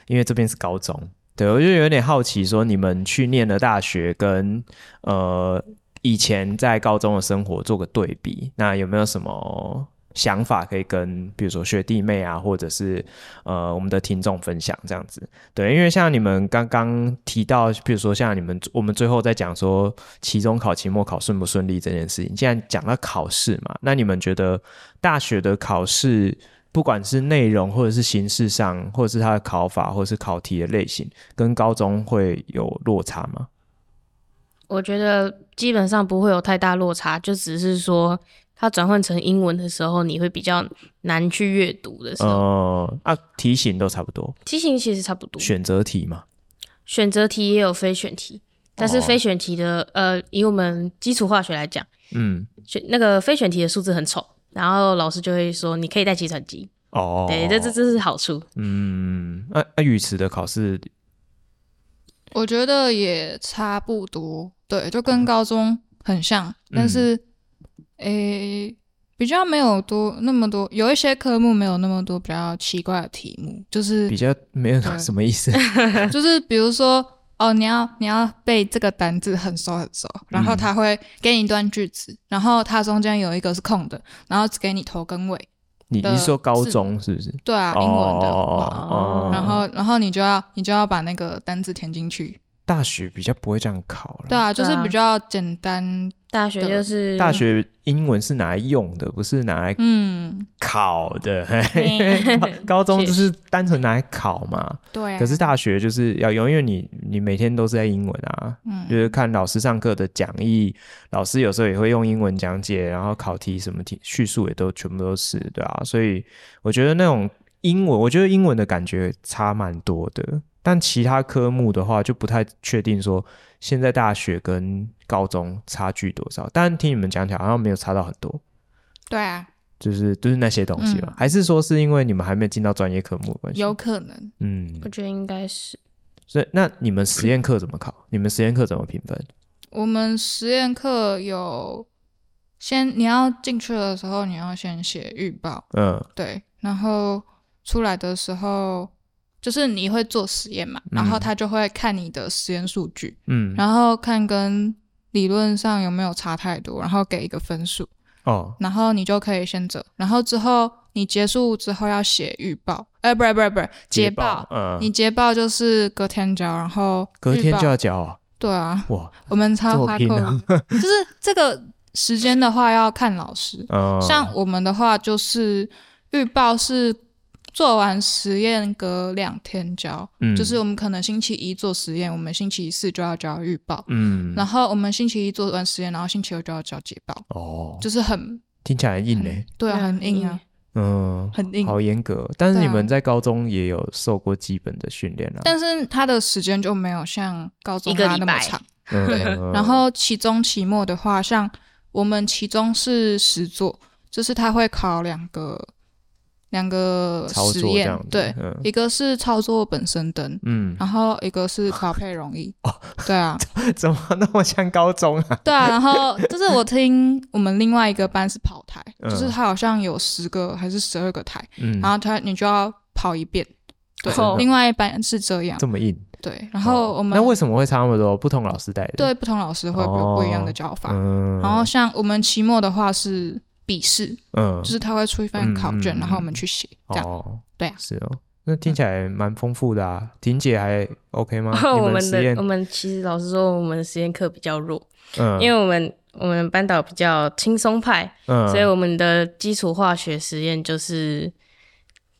Speaker 2: 因为这边是高中，对我就有点好奇，说你们去念的大学跟呃以前在高中的生活做个对比，那有没有什么想法可以跟比如说学弟妹啊，或者是呃我们的听众分享这样子？对，因为像你们刚刚提到，比如说像你们我们最后在讲说期中考、期末考顺不顺利这件事情，既然讲到考试嘛，那你们觉得大学的考试，不管是内容或者是形式上，或者是它的考法，或者是考题的类型，跟高中会有落差吗？
Speaker 3: 我觉得基本上不会有太大落差，就只是说它转换成英文的时候，你会比较难去阅读的时候。
Speaker 2: 呃，啊，题型都差不多，
Speaker 3: 题型其实差不多，
Speaker 2: 选择题嘛。
Speaker 3: 选择题也有非选题，但是
Speaker 2: 哦
Speaker 3: 非选题的、呃，以我们基础化学来讲，
Speaker 2: 嗯，
Speaker 3: 选那个非选题的数字很丑，然后老师就会说你可以带计算机，
Speaker 2: 哦，
Speaker 3: 对，这这这是好处。
Speaker 2: 嗯，那、那语词的考试
Speaker 1: 我觉得也差不多，对，就跟高中很像，
Speaker 2: 嗯
Speaker 1: 但是，诶、比较没有多那么多，有一些科目没有那么多比较奇怪的题目，就是
Speaker 2: 比较没有
Speaker 3: 嗯
Speaker 1: 对
Speaker 2: 什么意思，
Speaker 1: 就是比如说，哦，你要你要背这个单字很熟很熟，然后他会给你一段句子，然后它中间有一个是空的，然后只给你头跟尾，
Speaker 2: 你你
Speaker 1: 的
Speaker 2: 是
Speaker 3: 呃
Speaker 2: 说高
Speaker 1: 字
Speaker 2: 中是不是？
Speaker 1: 对啊，英文的话，
Speaker 2: 哦
Speaker 1: 然后然后你就要你就要把那个单字填进去，
Speaker 2: 大学比较不会这样考了。
Speaker 1: 对啊，就是
Speaker 3: 对啊
Speaker 1: 比较简单，
Speaker 3: 大学就是
Speaker 2: 大学英文是拿来用的，不是拿来
Speaker 1: 嗯，
Speaker 2: 考 的。
Speaker 3: 嗯
Speaker 2: 高中就是单纯拿来考嘛，
Speaker 1: 对、啊，
Speaker 2: 可是大学就是要用，因为你你每天都是在英文啊，
Speaker 1: 嗯
Speaker 2: 就是看老师上课的讲义，老师有时候也会用英文讲解，然后考题什么题叙述也都全部都是，对啊，所以我觉得那种英文，我觉得英文的感觉差蛮多的。但其他科目的话，就不太确定说现在大学跟高中差距多少。但听你们讲起来，好像没有差到很多，
Speaker 1: 对啊，
Speaker 2: 就是就是那些东西嘛。
Speaker 1: 嗯
Speaker 2: 还是说是因为你们还没有进到专业科目的关系？
Speaker 1: 有，可能。
Speaker 2: 嗯
Speaker 3: 我，觉得应该是
Speaker 2: 所以那你们实验课怎么考？你们实验课怎么评分？
Speaker 1: 我们实验课有先，你要进去的时候，你要先写预报，
Speaker 2: 嗯，
Speaker 1: 对，然后出来的时候，就是你会做实验嘛，然后他就会看你的实验数据，
Speaker 2: 嗯，
Speaker 1: 然后看跟理论上有没有差太多，然后给一个分数，
Speaker 2: 哦，
Speaker 1: 然后你就可以先走，然后之后你结束之后要写预报，哎、不是不是不是捷报，
Speaker 2: 嗯，
Speaker 1: 你捷报就是隔天交，然后
Speaker 2: 隔
Speaker 1: 预
Speaker 2: 天
Speaker 1: 报
Speaker 2: 就要交哦，
Speaker 1: 对啊，
Speaker 2: 哇，
Speaker 1: 我们超
Speaker 2: 作
Speaker 1: 花
Speaker 2: 品
Speaker 1: 扣，
Speaker 2: 啊
Speaker 1: 就是这个时间的话要看老师，
Speaker 2: 嗯，
Speaker 1: 像我们的话就是预报是做完实验隔两天交，
Speaker 2: 嗯
Speaker 1: 就是我们可能星期一做实验，我们星期四就要交预报，
Speaker 2: 嗯，
Speaker 1: 然后我们星期一做完实验，然后星期六就要交捷报，
Speaker 2: 哦，
Speaker 1: 就是很
Speaker 2: 听起来很硬嘞，
Speaker 1: 对啊，很硬啊，，
Speaker 2: 嗯，
Speaker 1: 很硬。
Speaker 2: 好严格。但是
Speaker 1: 对
Speaker 2: 你
Speaker 1: 啊
Speaker 2: 们在高中也有受过基本的训练啊啦，
Speaker 1: 但是它的时间就没有像高中
Speaker 3: 一个
Speaker 1: 拉
Speaker 3: 礼
Speaker 1: 那么
Speaker 3: 拜
Speaker 1: 长，
Speaker 2: 对
Speaker 1: 然后期中、期末的话，像我们期中是实作，就是他会考两个两个
Speaker 2: 嗯操
Speaker 1: 实
Speaker 2: 作这
Speaker 1: 验
Speaker 2: 样子，，
Speaker 1: 对，
Speaker 2: 嗯
Speaker 1: 一个是操作本身灯，
Speaker 2: 嗯，
Speaker 1: 然后一个是考配容易。
Speaker 2: 哦
Speaker 1: 对啊，
Speaker 2: 怎么那么像高中啊？
Speaker 1: 对啊。然后就是我听我们另外一个班是跑台，
Speaker 2: 嗯
Speaker 1: 就是他好像有十个还是十二个台，
Speaker 2: 嗯，
Speaker 1: 然后他你就要跑一遍。对
Speaker 3: 哦，
Speaker 1: 另外一班是这样。
Speaker 2: 这么硬。哦
Speaker 1: 对，然后我们
Speaker 2: 那为什么会差那么多？不同老师带的，
Speaker 1: 对不同老师会有不一样的教法。
Speaker 2: 嗯，
Speaker 1: 然后像我们期末的话是笔试，
Speaker 2: 嗯，
Speaker 1: 就是他会出一份考卷，
Speaker 2: 嗯嗯嗯
Speaker 1: 然后我们去写，这样、
Speaker 2: 哦，
Speaker 1: 对啊
Speaker 2: 是哦。那听起来蛮丰富的啊，婷姐还 OK 吗？啊你
Speaker 3: 我
Speaker 2: 们
Speaker 3: 们
Speaker 2: 实验
Speaker 3: 的我，们其实老实说，我们的实验课比较弱，
Speaker 2: 嗯，
Speaker 3: 因为我们我们班导比较轻松派，
Speaker 2: 嗯，
Speaker 3: 所以我们的基础化学实验就是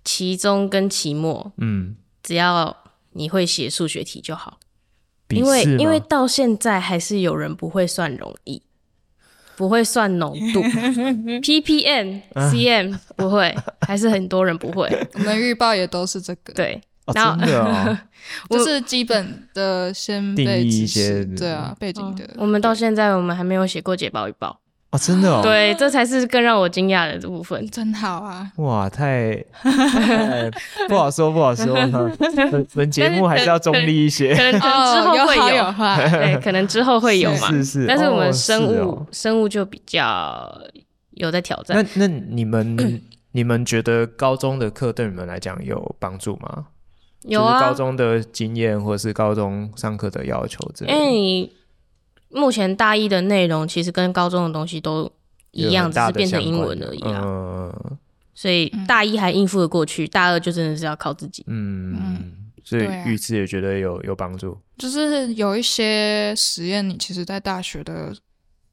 Speaker 3: 期中跟期末，
Speaker 2: 嗯，
Speaker 3: 只要你会写数学题就好。
Speaker 2: 笔
Speaker 3: 因为
Speaker 2: 试吗
Speaker 3: 因为到现在还是有人不会算容易，不会算浓度，ppm、cm
Speaker 2: 啊
Speaker 3: 不会，还是很多人不会。
Speaker 1: 我们预报也都是这个，，
Speaker 3: 对，
Speaker 2: 哦
Speaker 3: 然后
Speaker 2: 真的 哦，
Speaker 3: 我
Speaker 1: 就是基本的先
Speaker 2: 定
Speaker 1: 背
Speaker 2: 义
Speaker 1: 知
Speaker 2: 一些嗯
Speaker 1: 识，对啊，背景的。
Speaker 3: 哦我们到现在我们还没有写过解报预报，
Speaker 2: 哦，真的哦，，
Speaker 3: 对，这才是更让我惊讶的部分。
Speaker 1: 真好 啊！
Speaker 2: 哇，太太不好说，不好说，本本节目还是要中立一些
Speaker 3: 可， 能可能之
Speaker 1: 哦，
Speaker 3: 后会
Speaker 1: 有好
Speaker 3: 有，
Speaker 1: 有坏，
Speaker 3: 对，可能之后会有嘛。
Speaker 2: 是是，
Speaker 3: 但是我
Speaker 2: 哦
Speaker 3: 们生
Speaker 2: 是
Speaker 3: 物、
Speaker 2: 哦
Speaker 3: 生物就比较有在挑
Speaker 2: 那
Speaker 3: 战。
Speaker 2: 那你们 你们觉得高中的课对你们来讲有帮助吗？
Speaker 3: 有
Speaker 2: 就是
Speaker 3: 啊
Speaker 2: 高，中的经验或是高中上课的要求之类
Speaker 3: 因为
Speaker 2: 的。
Speaker 3: 你哎目前大一的内容其实跟高中的东西都一
Speaker 2: 有
Speaker 3: 样，
Speaker 2: 很
Speaker 3: 只
Speaker 2: 大
Speaker 3: 是
Speaker 2: 的
Speaker 3: 变成
Speaker 2: 相
Speaker 3: 英
Speaker 2: 关
Speaker 3: 文
Speaker 2: 的
Speaker 3: 而已啊。
Speaker 2: 嗯
Speaker 3: 所以大一还应付得过去，大二就真的是要靠自己。
Speaker 2: 嗯，所以
Speaker 1: 对啊
Speaker 2: 预知也觉得有有帮助。
Speaker 1: 就是有一些实验，你其实在大学的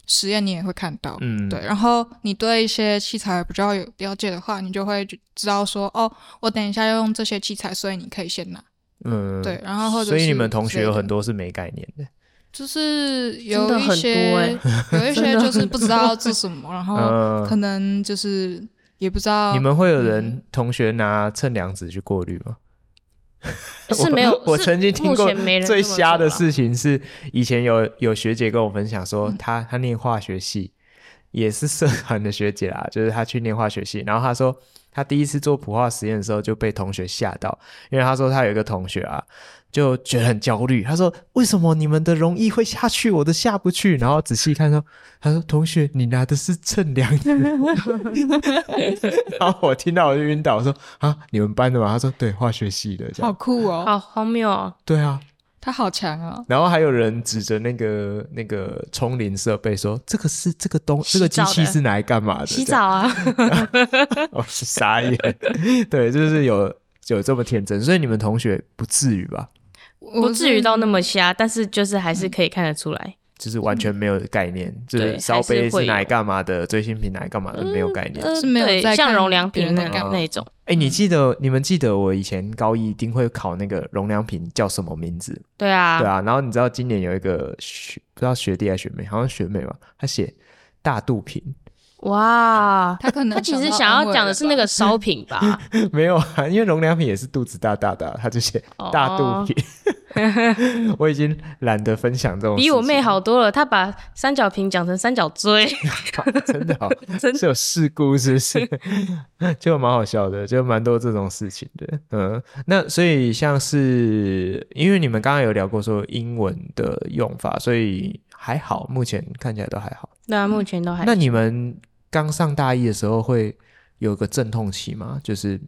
Speaker 1: 实验你也会看到，
Speaker 2: 嗯，
Speaker 1: 对。，然后你对一些器材比较有了解的话，你就会知道说，哦，我等一下要用这些器材，所以你可以先拿。
Speaker 2: 嗯，
Speaker 1: 对然后或者
Speaker 2: 所以你
Speaker 1: 是
Speaker 2: 们同
Speaker 1: 之
Speaker 2: 学
Speaker 1: 类
Speaker 2: 有
Speaker 1: 的
Speaker 2: 很多是没概念的。
Speaker 1: 就是
Speaker 3: 真
Speaker 1: 有
Speaker 3: 的
Speaker 1: 一
Speaker 3: 很
Speaker 1: 些、
Speaker 3: 多欸
Speaker 1: 有一
Speaker 3: 真
Speaker 1: 些
Speaker 3: 的
Speaker 1: 就是
Speaker 3: 很
Speaker 1: 不知道做什么，然后
Speaker 2: 嗯，
Speaker 1: 可能就是也不知道
Speaker 2: 你们会有人同学拿称量纸去过滤吗？
Speaker 3: 是没有，
Speaker 2: 嗯我
Speaker 3: 是
Speaker 2: 曾经听过
Speaker 3: 目前没人
Speaker 2: 最
Speaker 3: 这么做
Speaker 2: 瞎的
Speaker 3: 啦嗯
Speaker 2: 事情是，以前有有学姐跟我分享说，她她念化学系，也是社团的学姐啦，就是她去念化学系，然后她说她第一次做普化实验的时候就被同学吓到，因为她说她有一个同学啊，就觉得很焦虑，她说为什么你们的容易会下去，我的下不去，然后仔细看说，她说同学你拿的是称量 纸， 然后我听到我就晕倒，我说啊你们班的吗？她说对，化学系的这
Speaker 1: 好
Speaker 2: 样，
Speaker 1: 酷哦，
Speaker 3: 好荒谬哦。
Speaker 2: 对啊。
Speaker 1: 他好强哦，
Speaker 2: 然后还有人指着那个那个冲淋设备说：“这个是这个东这
Speaker 3: 洗
Speaker 2: 个机
Speaker 3: 澡的
Speaker 2: 器是拿来干嘛的？”
Speaker 3: 洗
Speaker 2: 这样，
Speaker 3: 澡啊，
Speaker 2: 我、是傻眼。对，就是有有这么天真，所以你们同学不至于吧？
Speaker 1: 不
Speaker 3: 不至于到那么瞎，但是就是还
Speaker 2: 嗯
Speaker 3: 是可以看得出来。
Speaker 2: 就是完全没有概念，就是
Speaker 3: 嗯对
Speaker 2: 烧杯
Speaker 3: 还是会
Speaker 2: 是
Speaker 3: 有
Speaker 2: 拿来干嘛的，追星品拿来干嘛的，没有概念。哎、哎
Speaker 1: 是没有
Speaker 3: 呃对
Speaker 1: 在看
Speaker 3: 像容良
Speaker 1: 别人
Speaker 3: 品那
Speaker 1: 在干嘛
Speaker 3: 那一种，
Speaker 2: 你记得你们记得我以前高一一定会考那个容量瓶叫什么名字？
Speaker 3: 对啊，
Speaker 2: 对啊，然后你知道今年有一个学不知道学弟还是学妹，好像学妹吧，她写大肚瓶，
Speaker 3: 哇，
Speaker 1: 他可能
Speaker 3: 他其实
Speaker 1: 到
Speaker 3: 想
Speaker 1: 安
Speaker 3: 要
Speaker 1: 慰
Speaker 3: 讲
Speaker 1: 了
Speaker 3: 的是那
Speaker 1: 吧
Speaker 3: 个烧饼 吧？
Speaker 2: 没有啊，因为容良品也是肚子大大的啊，他就写
Speaker 3: 哦
Speaker 2: 大肚 皮。我已经懒得分享这种，
Speaker 3: 比我妹，好多了，她把三角瓶讲成三角 锥，
Speaker 2: 真的好，
Speaker 3: 真的
Speaker 2: 是有事故是不 是？就蛮好笑的，就蛮多这种事情的。嗯，那所以像是因为你们刚刚有聊过说英文的用法，所以还好，目前看起来都还好。
Speaker 3: 那啊目前都还
Speaker 2: 那你们刚上大一的时候会有个阵痛期吗？就是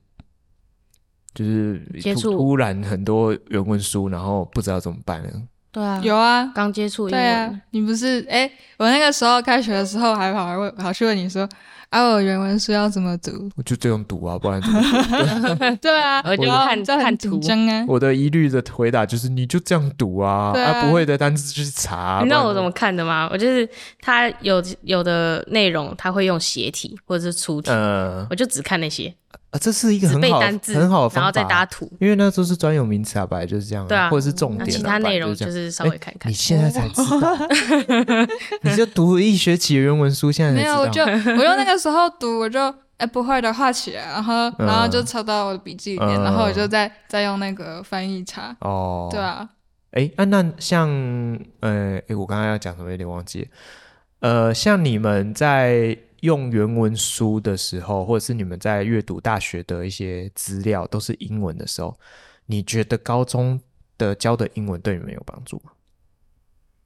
Speaker 2: 就是
Speaker 3: 接
Speaker 2: 突
Speaker 3: 触
Speaker 2: 突然很多原文书，然后不知道怎么办了。
Speaker 3: 对啊，
Speaker 1: 有啊，
Speaker 3: 刚接触英
Speaker 1: 对
Speaker 3: 文
Speaker 1: 啊，，你不是哎、我那个时候开学的时候还跑来问，跑去问你说，啊，我原文书要怎么 读？
Speaker 2: 我就这样读啊，不然怎么读
Speaker 1: 对啊，
Speaker 3: 我就
Speaker 1: 然后
Speaker 3: 看
Speaker 1: 就很
Speaker 3: 看
Speaker 1: 紧
Speaker 3: 图
Speaker 1: 张啊。
Speaker 2: 我的一律的回答就是你就这样读啊，
Speaker 1: 对啊
Speaker 2: 不会的单词就去查啊。
Speaker 3: 你知道
Speaker 2: 不然
Speaker 3: 我怎么看的吗？我就是它有有的内容，它会用斜体或者是粗体，
Speaker 2: 呃
Speaker 3: 我就只看那些，
Speaker 2: 啊，这是一个
Speaker 3: 只
Speaker 2: 很
Speaker 3: 背
Speaker 2: 好
Speaker 3: 单字，
Speaker 2: 很好的方法
Speaker 3: 然后
Speaker 2: 啊，
Speaker 3: 再搭图。
Speaker 2: 因为那都是专有名词啊，本来就是这样、
Speaker 3: 对啊
Speaker 2: 或者是重点、
Speaker 3: 那
Speaker 2: 啊，
Speaker 3: 其他内容
Speaker 2: 本来
Speaker 3: 就
Speaker 2: 就是
Speaker 3: 稍微看
Speaker 2: 这样。哎
Speaker 3: 看
Speaker 2: 你。现在才知道， 你就读了一学期的原文书，现在才
Speaker 1: 没
Speaker 2: 知
Speaker 1: 有，
Speaker 2: 道。
Speaker 1: 我就我就那个时候读，我就哎、不会的画起来，然后
Speaker 2: 嗯
Speaker 1: 然后就抄到我的笔记里面，
Speaker 2: 嗯
Speaker 1: 然后我就再再用那个翻译查。
Speaker 2: 哦，
Speaker 1: 对，啊，
Speaker 2: 哎、啊，那像呃，哎，我刚刚要讲什么有点忘记了，呃，像你们在用原文书的时候，或者是你们在阅读大学的一些资料都是英文的时候，你觉得高中的教的英文对你们有帮助吗？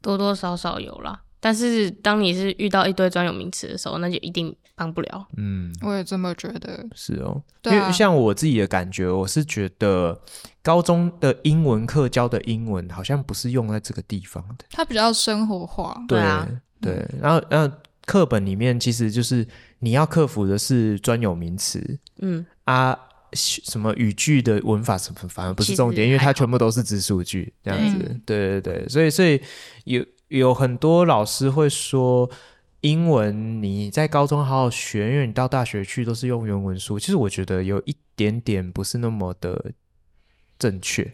Speaker 3: 多多少少有啦。但是当你是遇到一堆专有名词的时候，那就一定帮不了。
Speaker 2: 嗯，
Speaker 1: 我也这么觉得。
Speaker 2: 是哦，
Speaker 1: 对啊
Speaker 2: 因为像我自己的感觉，我是觉得高中的英文课教的英文好像不是用在这个地方的。
Speaker 1: 它比较生活化，
Speaker 3: 对啊
Speaker 2: 对，对然后然后课本里面其实就是你要克服的是专有名词
Speaker 3: 嗯，
Speaker 2: 啊，什么语句的文法什么，反而不是重
Speaker 3: 其
Speaker 2: 点，因
Speaker 3: 实
Speaker 2: 为
Speaker 3: 还
Speaker 2: 它
Speaker 3: 好
Speaker 2: 全部都是指数句这样子
Speaker 1: 对。
Speaker 2: 对对对，所以所以有有很多老师会说。英文你在高中好好学，因为你到大学去都是用原文书。其实我觉得有一点点不是那么的正确，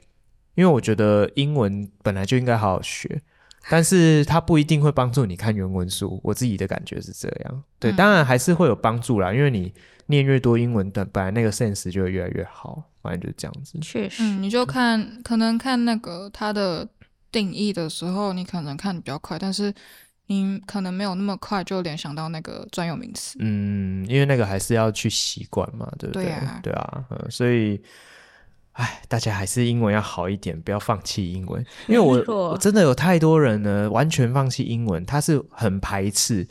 Speaker 2: 因为我觉得英文本来就应该好好学，但是它不一定会帮助你看原文书。我自己的感觉是这样，对，
Speaker 1: 嗯
Speaker 2: 当然还是会有帮助啦，因为你念越多英文，本本来那个 sense 就会越来越好，反正就是这样子。
Speaker 3: 确实。
Speaker 1: 嗯，你就看，可能看那个它的定义的时候，你可能看得比较快，但是你可能没有那么快就联想到那个专有名词。
Speaker 2: 嗯，因为那个还是要去习惯嘛，对不对？
Speaker 1: 对啊
Speaker 2: 对啊，嗯，所以，哎，大家还是英文要好一点，不要放弃英文。因为
Speaker 3: 没
Speaker 2: 我
Speaker 3: 错
Speaker 2: 我真的有太多人呢，完全放弃英文，他是很排斥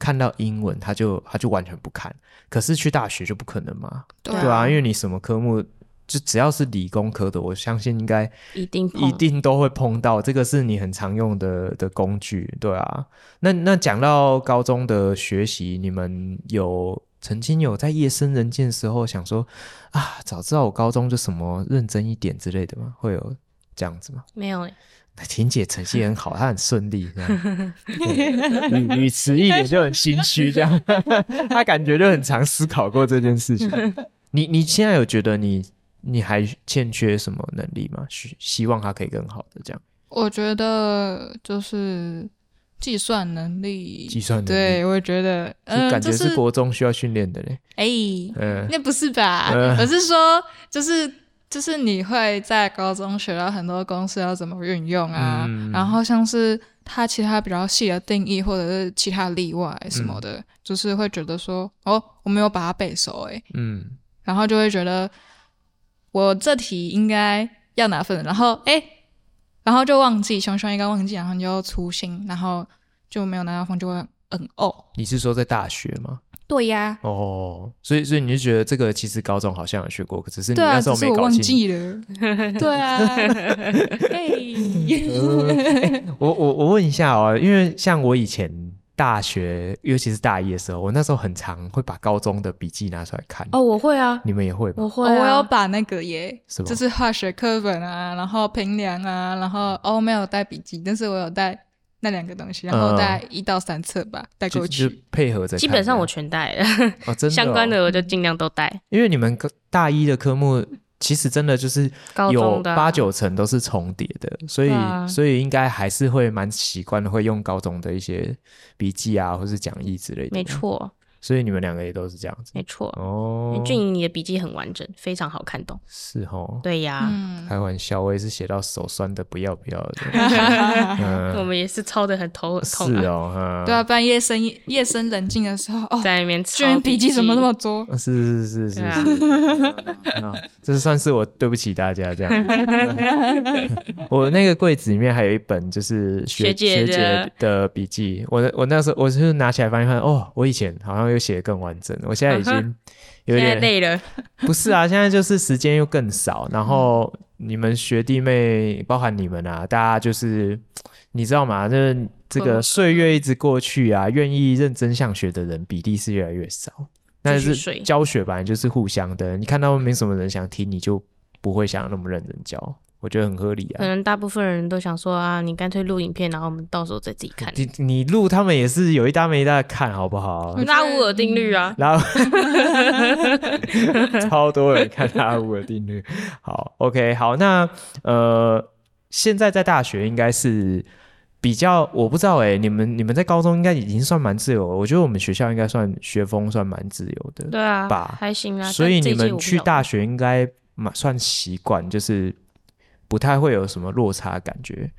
Speaker 2: 看到英文，他就他就完全不看。可是去大学就不可能嘛，
Speaker 1: 对
Speaker 2: 对啊，因为你什么科目。就只要是理工科的，我相信应该
Speaker 3: 一定碰
Speaker 2: 一定都会碰到，这个是你很常用的的工具，对啊。那那讲到高中的学习，你们有曾经有在夜深人静的时候想说啊，早知道我高中就什么认真一点之类的吗？会有这样子吗？
Speaker 3: 没有欸
Speaker 2: 婷姐成绩很好，她很顺利，这样对 女女迟一点就很心虚，这样， 她感觉就很常思考过这件事情。你你现在有觉得你你还欠缺什么能力吗？希希望她可以更好的这样
Speaker 1: 我觉得就是计算能力，
Speaker 2: 计算能力
Speaker 1: 对我觉得，嗯、
Speaker 2: 就感觉
Speaker 1: 就是
Speaker 2: 国中需要训练的嘞。
Speaker 1: 哎、
Speaker 2: 嗯、
Speaker 1: 那不是吧？
Speaker 2: 嗯
Speaker 1: 我是说，就是就是你会在高中学到很多公式要怎么运用啊，
Speaker 2: 嗯
Speaker 1: 然后像是它其他比较细的定义或者是其他例外什么
Speaker 2: 嗯
Speaker 1: 的，就是会觉得说，哦，我没有把它背熟诶、
Speaker 2: 嗯，
Speaker 1: 然后就会觉得哦我这题应该要拿分，然后诶，然后就忘记，熊熊应该忘记，然后你就粗心，然后就没有拿到分，就会嗯哦，
Speaker 2: 你是说在大学吗？
Speaker 1: 对呀、
Speaker 2: 哦，所以所以你就觉得这个其实高中好像有学过，可只是你
Speaker 1: 对啊，
Speaker 2: 那时
Speaker 1: 只
Speaker 2: 候
Speaker 1: 是
Speaker 2: 没
Speaker 1: 我
Speaker 2: 搞
Speaker 1: 忘
Speaker 2: 清。
Speaker 1: 记了。对啊，嘿，
Speaker 2: 我我我问一下哦，因为像我以前大学，尤其是大一的时候，我那时候很常会把高中的笔记拿出来看。
Speaker 3: 哦，，我会啊，
Speaker 2: 你们也会吗？
Speaker 3: 我会、
Speaker 1: 哦我
Speaker 3: 啊，
Speaker 1: 有把那个耶，
Speaker 2: 什么
Speaker 1: 就是化学课本啊，然后平量啊，然后哦没有带笔记，但是我有带那两个东西，然后
Speaker 2: 嗯
Speaker 1: 带一到三册吧，带
Speaker 2: 就
Speaker 1: 过
Speaker 2: 就
Speaker 1: 去。
Speaker 2: 配合着看这样。
Speaker 3: 基本上我全带了，
Speaker 2: 哦，真的哦
Speaker 3: 相关的我就尽量都带。
Speaker 2: 因为你们大一的科目其实真的就是
Speaker 3: 高
Speaker 2: 有
Speaker 3: 中的啊
Speaker 2: 八九成都是重叠的，所以、
Speaker 3: 对啊
Speaker 2: 所以应该还是会蛮习惯的，会用高中的一些笔记啊，或是讲义之类的。
Speaker 3: 没，错，
Speaker 2: 所以你们两个也都是这样子。
Speaker 3: 没错。
Speaker 2: 哦，
Speaker 3: 俊颖，你的笔记很完整，非常好看懂。
Speaker 2: 是哦，
Speaker 3: 对呀、
Speaker 1: 嗯，
Speaker 2: 开玩笑，我也是写到手酸的不要不要 的。嗯
Speaker 3: 我们也是抄的很头很
Speaker 2: 是
Speaker 3: 痛啊，
Speaker 2: 哦，嗯
Speaker 1: 对啊，，半夜深夜夜深人静的时候，哦，
Speaker 3: 在那边
Speaker 1: 居然
Speaker 3: 抄
Speaker 1: 笔记怎么那么多？
Speaker 2: 是是是是
Speaker 3: 对啊
Speaker 2: 是，啊，这算是我对不起大家这样。 我那个柜子里面还有一本就是学
Speaker 3: 学姐的
Speaker 2: 姐的笔 记，我我那时候我就是拿起来翻一翻，哦，我以前好像又写的更完整了，我现在已经有
Speaker 3: 现在
Speaker 2: 点
Speaker 3: 累了，
Speaker 2: 不是啊，现在就是时间又更少，然后你们学弟妹，包含你们啊，大家就是你知道吗？这这
Speaker 3: 混
Speaker 2: 个
Speaker 3: 合
Speaker 2: 岁月一直过去啊，愿意认真向学的人比例是越来越少。但
Speaker 3: 继续
Speaker 2: 是
Speaker 3: 睡
Speaker 2: 教学本来就是互相的，你看到没什么人想听，你就不会想那么认真教，我觉得很合理
Speaker 3: 可
Speaker 2: 啊。
Speaker 3: 能大部分人都想说啊，你干脆录影片，然后我们到时候再自己看。
Speaker 2: 你你录他们也是有一搭没一搭的看好不好？
Speaker 3: 拉乌尔定律啊，
Speaker 2: 然后超多人看拉五的定律。好，OK，好，那呃，现在在大学应该是比较，我不知道哎、你们你们在高中应该已经算蛮自由了，我觉得我们学校应该算学风算蛮自由的，
Speaker 3: 对啊
Speaker 2: 嗯吧，
Speaker 3: 还行啊。
Speaker 2: 所以
Speaker 3: 但这
Speaker 2: 你
Speaker 3: 一届我
Speaker 2: 们
Speaker 3: 不
Speaker 2: 去
Speaker 3: 晓得
Speaker 2: 大学应该蛮算习惯，就是不太会有什么落差感觉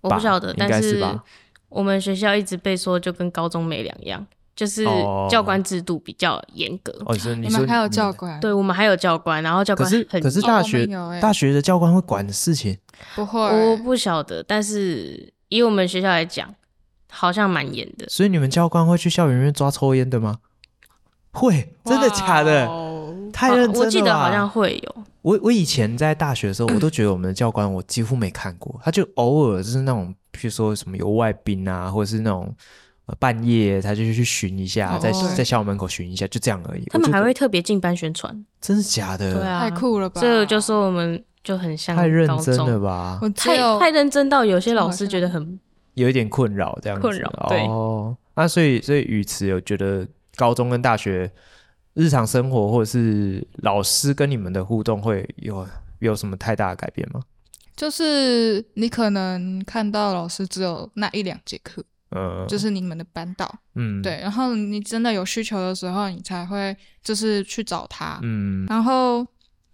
Speaker 3: 我
Speaker 2: 吧
Speaker 3: 不晓得，
Speaker 2: 应该
Speaker 3: 但
Speaker 2: 是吧
Speaker 3: 我们学校一直被说就跟高中没两样，就是
Speaker 2: 哦
Speaker 3: 教官制度比较严格。
Speaker 2: 哦，你说你
Speaker 1: 你
Speaker 2: 说
Speaker 1: 们还有
Speaker 2: 你
Speaker 1: 教官？
Speaker 3: 对，我们还有教官，然后教
Speaker 2: 可
Speaker 3: 官
Speaker 2: 是
Speaker 3: 很哦
Speaker 2: 可是
Speaker 3: 严
Speaker 2: 大
Speaker 1: 我
Speaker 2: 学、
Speaker 1: 们有欸
Speaker 2: 大学的教官会管的事情。
Speaker 1: 不会，
Speaker 3: 我不晓得，但是以我们学校来讲，好像蛮严的。
Speaker 2: 所以你们教官会去校园里面抓抽烟的吗？会，真的假的？
Speaker 1: 哇哦
Speaker 2: 太认真了吧、啊
Speaker 3: 我记得好像会有，
Speaker 2: 我我以前在大学的时候，我都觉得我们的教官我几乎没看过，他就偶尔就是那种，譬如说什么有外宾啊，或者是那种。呃半夜他就去巡一下，
Speaker 1: 哦
Speaker 2: 在
Speaker 1: 对
Speaker 2: 在校门口巡一下，就这样而已。
Speaker 3: 他
Speaker 2: 我
Speaker 3: 们
Speaker 2: 就
Speaker 3: 还会特别进班宣传。
Speaker 2: 真的假的？
Speaker 3: 对，啊，
Speaker 1: 太酷了吧！
Speaker 3: 这就说我们就很像
Speaker 2: 太认
Speaker 3: 高
Speaker 2: 真
Speaker 3: 中
Speaker 2: 了吧？
Speaker 1: 我只
Speaker 3: 太
Speaker 1: 有
Speaker 3: 太认真到有些老
Speaker 1: 好
Speaker 3: 师
Speaker 1: 像
Speaker 3: 觉得很
Speaker 2: 有一点困扰这样子。
Speaker 3: 困扰对
Speaker 2: 哦，那所以所以语词有觉得高中跟大学日常生活或者是老师跟你们的互动会有有什么太大的改变吗？
Speaker 1: 就是你可能看到老师只有那一两节课，
Speaker 2: 嗯，
Speaker 1: 就是你们的班导
Speaker 2: 嗯，
Speaker 1: 对，，啊然后你真的有需求的时候，你才会就是去找他，
Speaker 2: 嗯
Speaker 1: 然后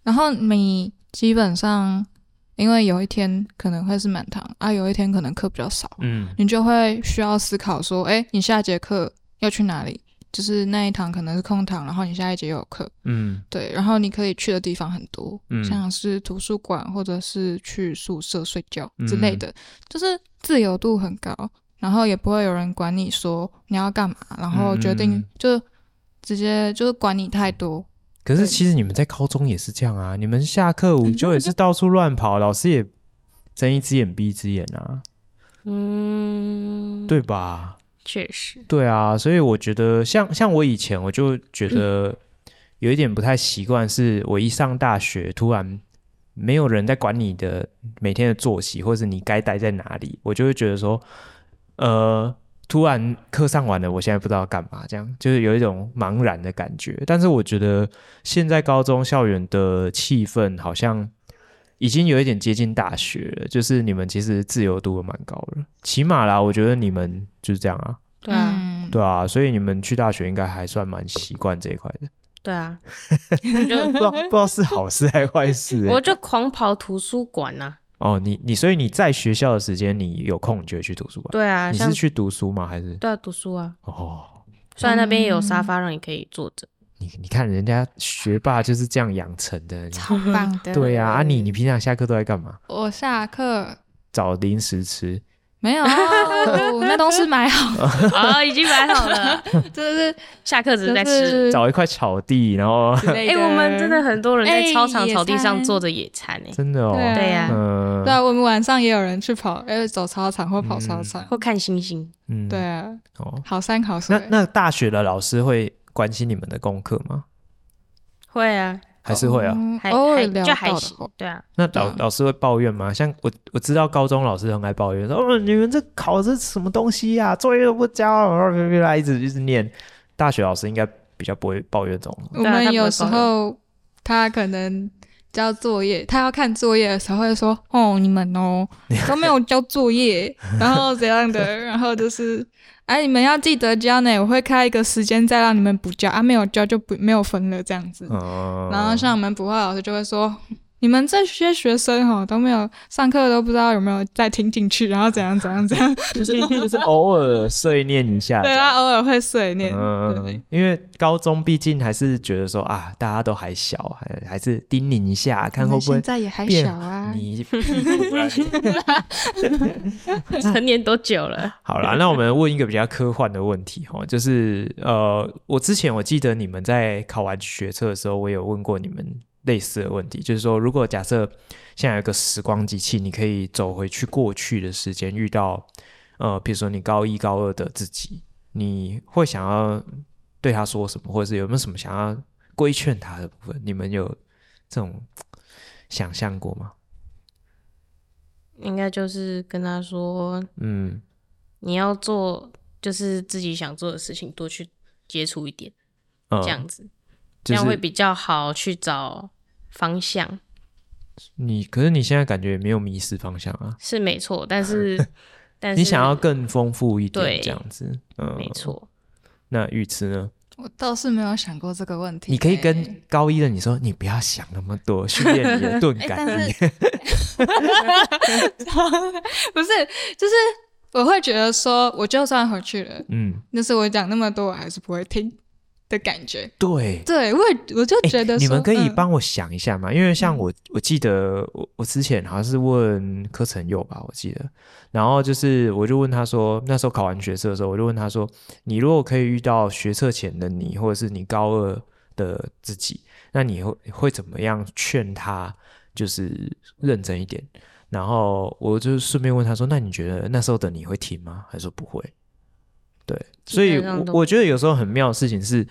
Speaker 1: 然后你基本上因为有一天可能会是满堂啊，有一天可能课比较少，
Speaker 2: 嗯
Speaker 1: 你就会需要思考说，哎，你下节课要去哪里？就是那一堂可能是空堂，然后你下一节又有课，
Speaker 2: 嗯
Speaker 1: 对，然后你可以去的地方很多，
Speaker 2: 嗯
Speaker 1: 像是图书馆或者是去宿舍睡觉之
Speaker 2: 嗯
Speaker 1: 类的，就是自由度很高，然后也不会有人管你说你要干嘛，然后决定
Speaker 2: 嗯
Speaker 1: 就直接就是管你太多，
Speaker 2: 可是
Speaker 1: 对
Speaker 2: 其实你们在高中也是这样啊，你们下课午休也是到处乱跑，老师也睁一只眼闭一只眼啊，
Speaker 3: 嗯，
Speaker 2: 对吧？
Speaker 3: 确实，
Speaker 2: 对啊，所以我觉得像像我以前我就觉得有一点不太习惯，是我一上大学突然没有人在管你的每天的作息，或是你该待在哪里，我就会觉得说，呃，突然课上完了，我现在不知道干嘛，这样就是有一种茫然的感觉。但是我觉得现在高中校园的气氛好像。已经有一点接近大学了，就是你们其实自由度蛮高了，起码啦，我觉得你们就是这样啊，
Speaker 3: 对啊，
Speaker 1: 嗯，
Speaker 2: 对啊，所以你们去大学应该还算蛮习惯这一块的，
Speaker 3: 对啊，
Speaker 2: 不 知道不知道是好事还是坏事、欸
Speaker 3: 我。就狂跑图书馆呐、啊。
Speaker 2: 哦，你你所以你在学校的时间，你有空你就会去图书馆。
Speaker 3: 对啊，
Speaker 2: 你
Speaker 3: 像
Speaker 2: 是去读书吗？还是
Speaker 3: 对啊，读书啊。
Speaker 2: 哦？
Speaker 3: 虽然那边也有沙发让你可以坐着，
Speaker 2: 你你看人家学霸就是这样养成的。你
Speaker 1: 超 棒的。
Speaker 2: 对啊，啊你你平常下课都在干嘛？
Speaker 1: 我下课
Speaker 2: 找零食吃。
Speaker 1: 没有，啊那都是买好
Speaker 2: 哦
Speaker 1: 的，
Speaker 3: 啊、已经买好了，
Speaker 1: 就是
Speaker 3: 下课只是在
Speaker 1: 就
Speaker 3: 吃。
Speaker 1: 是
Speaker 2: 找一块草地，然后
Speaker 1: 之
Speaker 3: 哎、
Speaker 1: 类
Speaker 3: 我们真的很多人在
Speaker 1: 哎
Speaker 3: 操场
Speaker 1: 野
Speaker 3: 草地上
Speaker 1: 餐
Speaker 3: 坐着野餐哎、
Speaker 2: 真的哦，
Speaker 1: 对啊
Speaker 3: 对呀、
Speaker 2: 嗯、
Speaker 1: 对啊，我们晚上也有人去跑，哎，走操场或跑操场，
Speaker 3: 或看星星。
Speaker 2: 嗯，
Speaker 1: 对啊，
Speaker 2: 哦。
Speaker 1: 好山好水
Speaker 2: 那。那大学的老师会关心你们的功课吗？
Speaker 3: 会啊，
Speaker 2: 还是会啊？
Speaker 1: 嗯
Speaker 3: 还
Speaker 1: 偶尔
Speaker 3: 还
Speaker 1: 聊
Speaker 3: 就还
Speaker 1: 到的
Speaker 3: 行
Speaker 1: 话，
Speaker 3: 对啊，
Speaker 2: 那老
Speaker 1: 嗯
Speaker 2: 老师会抱怨吗？像我我知道高中老师很爱抱怨，说哦你们这考的是什么东西呀、作业都不交，然后噼啦一直一直念。大学老师应该比较不会抱怨这种。
Speaker 1: 我
Speaker 3: 对啊他不
Speaker 1: 们
Speaker 3: 会
Speaker 1: 有时候他可能交作业，他要看作业的时候会说：“哦，你们哦都没有交作业，然后怎样 的，然后就是哎，你们要记得交呢，我会开一个时间再让你们补交啊，没有交就不没有分了这样子。
Speaker 2: 嗯，
Speaker 1: 然后像我们补课老师就会说：“你们这些学生哈都没有上课都不知道有没有再听进去，然后怎样怎样怎样。
Speaker 2: 就是就是偶尔碎念一下，
Speaker 1: 对他偶尔会碎念，对
Speaker 2: 嗯，因为高中毕竟还是觉得说啊，大家都还小，还还是叮咛一下，看
Speaker 1: 你们
Speaker 2: 会不会
Speaker 1: 现在也还
Speaker 2: 变
Speaker 1: 小啊。
Speaker 2: 你屁股啊你
Speaker 3: 成年多久了？
Speaker 2: 好 啦，那我们问一个比较科幻的问题哦，就是呃，我之前我记得你们在考完学测的时候，我有问过你们类似的问题，就是说，如果假设现在有一个时光机器，你可以走回去过去的时间，遇到呃，比如说你高一高二的自己，你会想要对他说什么，或者是有没有什么想要规劝他的部分？你们有这种想象过吗？
Speaker 3: 应该就是跟他说，
Speaker 2: 嗯，
Speaker 3: 你要做就是自己想做的事情，多去接触一点，
Speaker 2: 呃
Speaker 3: 这样子，
Speaker 2: 就
Speaker 3: 这样会
Speaker 2: 是
Speaker 3: 比较好去找方向，
Speaker 2: 你，可是你现在感觉也没有迷失方向啊。
Speaker 3: 是没错。但是，但是
Speaker 2: 你想要更丰富一
Speaker 3: 对
Speaker 2: 点，这样子，嗯，
Speaker 3: 没。错，
Speaker 2: 那玉慈呢？
Speaker 1: 我倒是没有想过这个问题。
Speaker 2: 你可以
Speaker 1: 欸
Speaker 2: 跟高一的你说，你不要想那么多，训练你的钝
Speaker 1: 哎
Speaker 2: 感
Speaker 1: 但
Speaker 2: 力。
Speaker 1: 不是，就是我会觉得说，我就算回去了，
Speaker 2: 嗯，
Speaker 1: 就是我讲那么多，我还是不会听的感觉。
Speaker 2: 对。
Speaker 1: 对，我也我就
Speaker 2: 哎
Speaker 1: 觉得、说
Speaker 2: 你们可以
Speaker 1: 嗯
Speaker 2: 帮我想一下嘛？因为像我，我记得我我之前好像是问柯晨佑吧，我记得，然后就是我就问他说，那时候考完学测的时候，我就问他说，你如果可以遇到学测前的你，或者是你高二的自己，那你会会怎么样劝他，就是认真一点？然后我就顺便问他说：“那你觉得那时候的你会听吗？”还是说不会？对，所以
Speaker 3: 基本上
Speaker 2: 我
Speaker 3: 都
Speaker 2: 我觉得有时候很妙的事情是，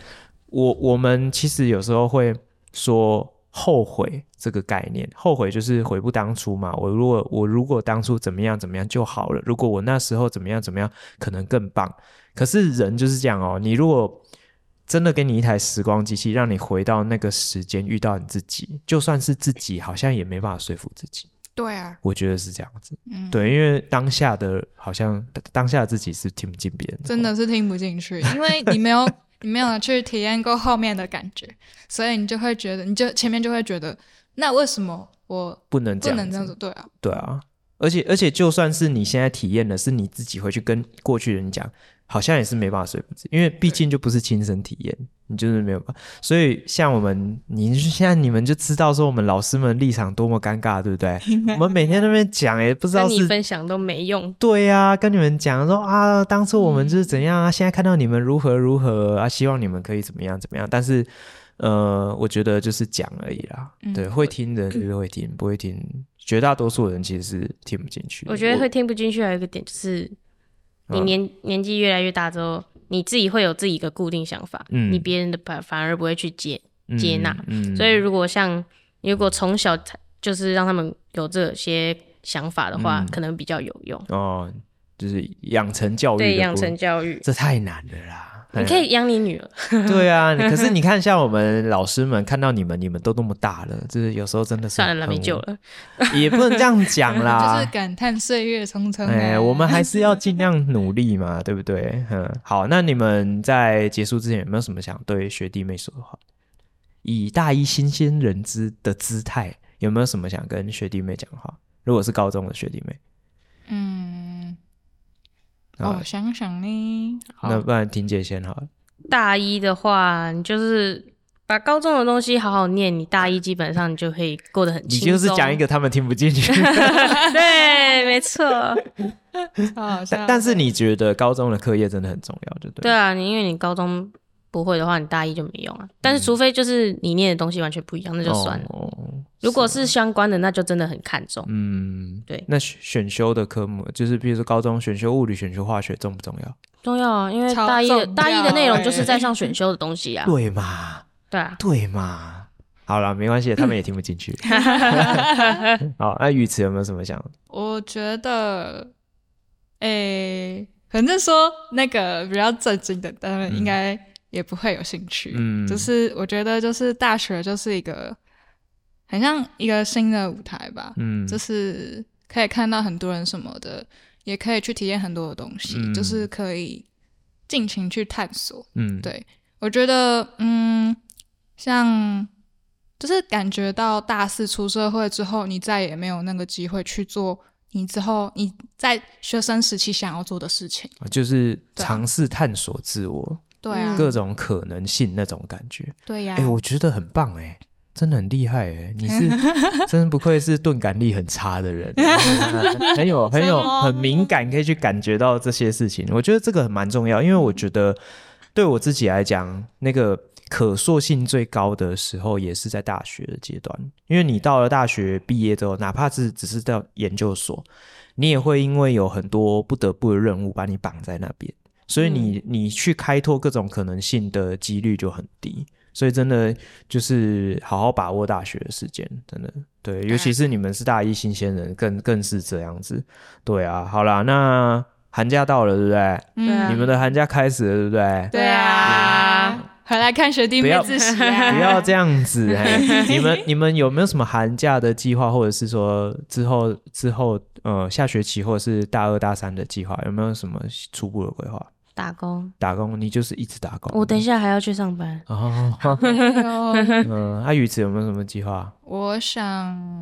Speaker 2: 我我们其实有时候会说后悔这个概念，后悔就是悔不当初嘛。我如果我如果当初怎么样怎么样就好了，如果我那时候怎么样怎么样，可能更棒。可是人就是这样哦，你如果真的给你一台时光机器，让你回到那个时间遇到你自己，就算是自己，好像也没办法说服自己。
Speaker 1: 对啊，
Speaker 2: 我觉得是这样子，
Speaker 1: 嗯，，
Speaker 2: 对，因为当下的好像当下的自己是听不进别人的话，
Speaker 1: 真的是听不进去，因为你没有 你没有去体验过后面的感觉，所以你就会觉得，你就前面就会觉得，那为什么我
Speaker 2: 不能这
Speaker 1: 不
Speaker 2: 样
Speaker 1: 能这样子？对啊，
Speaker 2: 对啊，而且而且，就算是你现在体验的，是你自己回去跟过去人讲，好像也是没办法说服自己，因为毕竟就不是亲身体验，你就是没有办法。所以像我们，你现在你们就知道说我们老师们立场多么尴尬，对不 对？我们每天在那边讲，哎也不知道
Speaker 3: 跟你
Speaker 2: 是
Speaker 3: 分享都没用。
Speaker 2: 对呀、跟你们讲说啊，当初我们就是怎样啊，
Speaker 3: 嗯
Speaker 2: 现在看到你们如何如何啊，希望你们可以怎么样怎么样。但是，呃，我觉得就是讲而已啦。
Speaker 1: 嗯
Speaker 2: 对，会听的人就是会听，不会听，绝大多数人其实是听不进去的。
Speaker 3: 我觉得会听不进去，还有一个点就是，你
Speaker 2: 嗯
Speaker 3: 年、年纪越来越大之后，你自己会有自己一个固定想法，
Speaker 2: 嗯
Speaker 3: 你别人的反反而不会去接。
Speaker 2: 嗯
Speaker 3: 接纳
Speaker 2: 嗯
Speaker 3: 所以如果像如果从小就是让他们有这些想法的话，
Speaker 2: 嗯
Speaker 3: 可能比较有用。
Speaker 2: 哦，就是养成教育的
Speaker 3: 对，
Speaker 2: 部
Speaker 3: 养成
Speaker 2: 分哎
Speaker 3: 教育，
Speaker 2: 这太难了啦。
Speaker 3: 你可以养你女儿，
Speaker 2: 对 啊，可是你看，像我们老师们看到你们，你们都那么大了，就是有时候真的是
Speaker 3: 算了啦，
Speaker 2: 很
Speaker 3: 没救，了。
Speaker 2: 也不能这样讲 啦，
Speaker 1: 就是感叹岁月匆匆、啊。
Speaker 2: 哎，我们还是要尽量努力嘛，对不对？嗯，好，那你们在结束之前有没有什么想对学弟妹说的话？以大一新鲜人之的姿态，有没有什么想跟学弟妹讲的话？如果是高中的学弟妹，
Speaker 1: 嗯，
Speaker 2: 好
Speaker 1: 哦，我想想呢，
Speaker 2: 那不然婷姐先好了。
Speaker 3: 大一的话，你就是把高中的东西好好念，你大一基本上你就可以过得很
Speaker 2: 你
Speaker 3: 轻松。
Speaker 2: 就是讲一 个他们听不进去，
Speaker 3: 对，没错，
Speaker 1: 超好笑
Speaker 2: 但但是你觉得高中的课业真的很重要，对不对？
Speaker 3: 对啊，你因为你高中不会的话，你大一就没用啊。但是除非就是你念的东西完全不一样，那就算了。
Speaker 2: 哦
Speaker 3: 如果是相关的，那就真的很看重。
Speaker 2: 嗯，
Speaker 3: 对
Speaker 2: 那选选修的科目，就是比如说高中选修物理、选修化学重不重要？
Speaker 3: 重要啊，因为
Speaker 1: 超
Speaker 3: 大一的
Speaker 1: 重
Speaker 3: 大一的内容
Speaker 1: 要
Speaker 3: 就是
Speaker 1: 欸
Speaker 3: 在上选修的东西啊。
Speaker 2: 对嘛？
Speaker 3: 对啊，
Speaker 2: 对嘛？好了，没
Speaker 1: 嗯
Speaker 2: 关系，他们也听不 进去。好，那宇慈有没有什么想？
Speaker 1: 我觉得，诶、反正说那个比较正经的，他们应该也不会有兴趣。
Speaker 2: 嗯
Speaker 1: 就是我觉得，就是大学就是一个很像一个新的舞台吧，
Speaker 2: 嗯，
Speaker 1: 就是可以看到很多人什么的，也可以去体验很多的东西，
Speaker 2: 嗯
Speaker 1: 就是可以尽情去探索。
Speaker 2: 嗯，
Speaker 1: 对我觉得，嗯，像就是感觉到大四出社会之后，你再也没有那个机会去做你之后你在学生时期想要做的事情。
Speaker 2: 就是
Speaker 1: 对啊
Speaker 2: 尝试探索自我、
Speaker 1: 对啊，
Speaker 2: 各种可能性那种感觉。
Speaker 3: 啊
Speaker 1: 对呀、
Speaker 2: 哎、我觉得很棒哎、真的很厉害哎、你是真不愧是钝感力很差的人， 很有很有
Speaker 1: 什么
Speaker 2: 很敏感，可以去感觉到这些事情。我觉得这个很蛮重要，因为我觉得对我自己来讲，那个可塑性最高的时候也是在大学的阶段，因为你到了大学毕业之后，哪怕是只是到研究所，你也会因为有很多不得不的任务把你绑在那边，所以
Speaker 1: 嗯
Speaker 2: 你你去开拓各种可能性的几率就很低。所以真的就是好好把握大学的时间，真的对，尤其是你们是大一新鲜人，更更是这样子。对啊，好啦，那寒假到了，对不对？
Speaker 3: 对
Speaker 1: 嗯
Speaker 3: 啊
Speaker 2: 你们的寒假开始了，对不对？
Speaker 1: 对啊，回来看学弟
Speaker 2: 不
Speaker 1: 妹
Speaker 2: 要
Speaker 1: 自习、啊，
Speaker 2: 不要这样 子，嘿你们你们有没有什么寒假的计划，或者是说之后之后呃下学期或者是大二大三的计划，有没有什么初步的规划？
Speaker 3: 打工。
Speaker 2: 打工，你就是一直打工。
Speaker 3: 我等一下还要去上班，
Speaker 2: 哦，
Speaker 1: 哎呦
Speaker 2: 嗯，阿宇子有没有什么计划？
Speaker 1: 我想，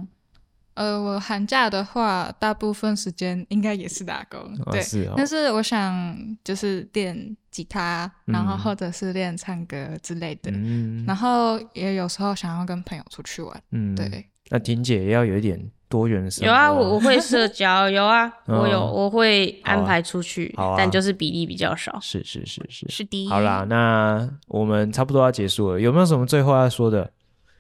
Speaker 1: 呃，我寒假的话，大部分时间应该也是打工，
Speaker 2: 哦
Speaker 1: 对。
Speaker 2: 是哦
Speaker 1: 但是我想就是练吉他，
Speaker 2: 嗯
Speaker 1: 然后或者是练唱歌之类的，
Speaker 2: 嗯
Speaker 1: 然后也有时候想要跟朋友出去玩，
Speaker 2: 嗯，
Speaker 1: 对，
Speaker 2: 那婷姐也要有一点多元的生活。
Speaker 3: 有啊，我我会社交，有 啊，
Speaker 2: 嗯
Speaker 3: 我有，我会
Speaker 2: 好
Speaker 3: 安
Speaker 2: 啊
Speaker 3: 排出去
Speaker 2: 好啊，
Speaker 3: 但就是比例比较少。
Speaker 2: 是是是是。
Speaker 3: 是第一，
Speaker 2: 好啦，，那我们差不多要结束了，有没有什么最后要说的？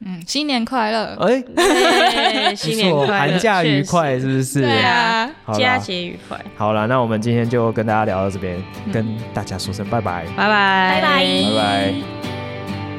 Speaker 1: 嗯，新年快乐，
Speaker 2: 哎、
Speaker 3: 耶
Speaker 2: 不
Speaker 3: 呃新年
Speaker 2: 错，
Speaker 3: 快乐，
Speaker 2: 寒假愉
Speaker 3: 确实
Speaker 2: 快，是不是？
Speaker 1: 对啊，
Speaker 2: 好
Speaker 3: 佳
Speaker 2: 啦，
Speaker 3: 节愉快，
Speaker 2: 好啦，那我们今天就跟大家聊到这边，
Speaker 1: 嗯
Speaker 2: 跟大家说声拜拜，
Speaker 3: 拜拜，
Speaker 1: 拜拜
Speaker 2: 拜拜。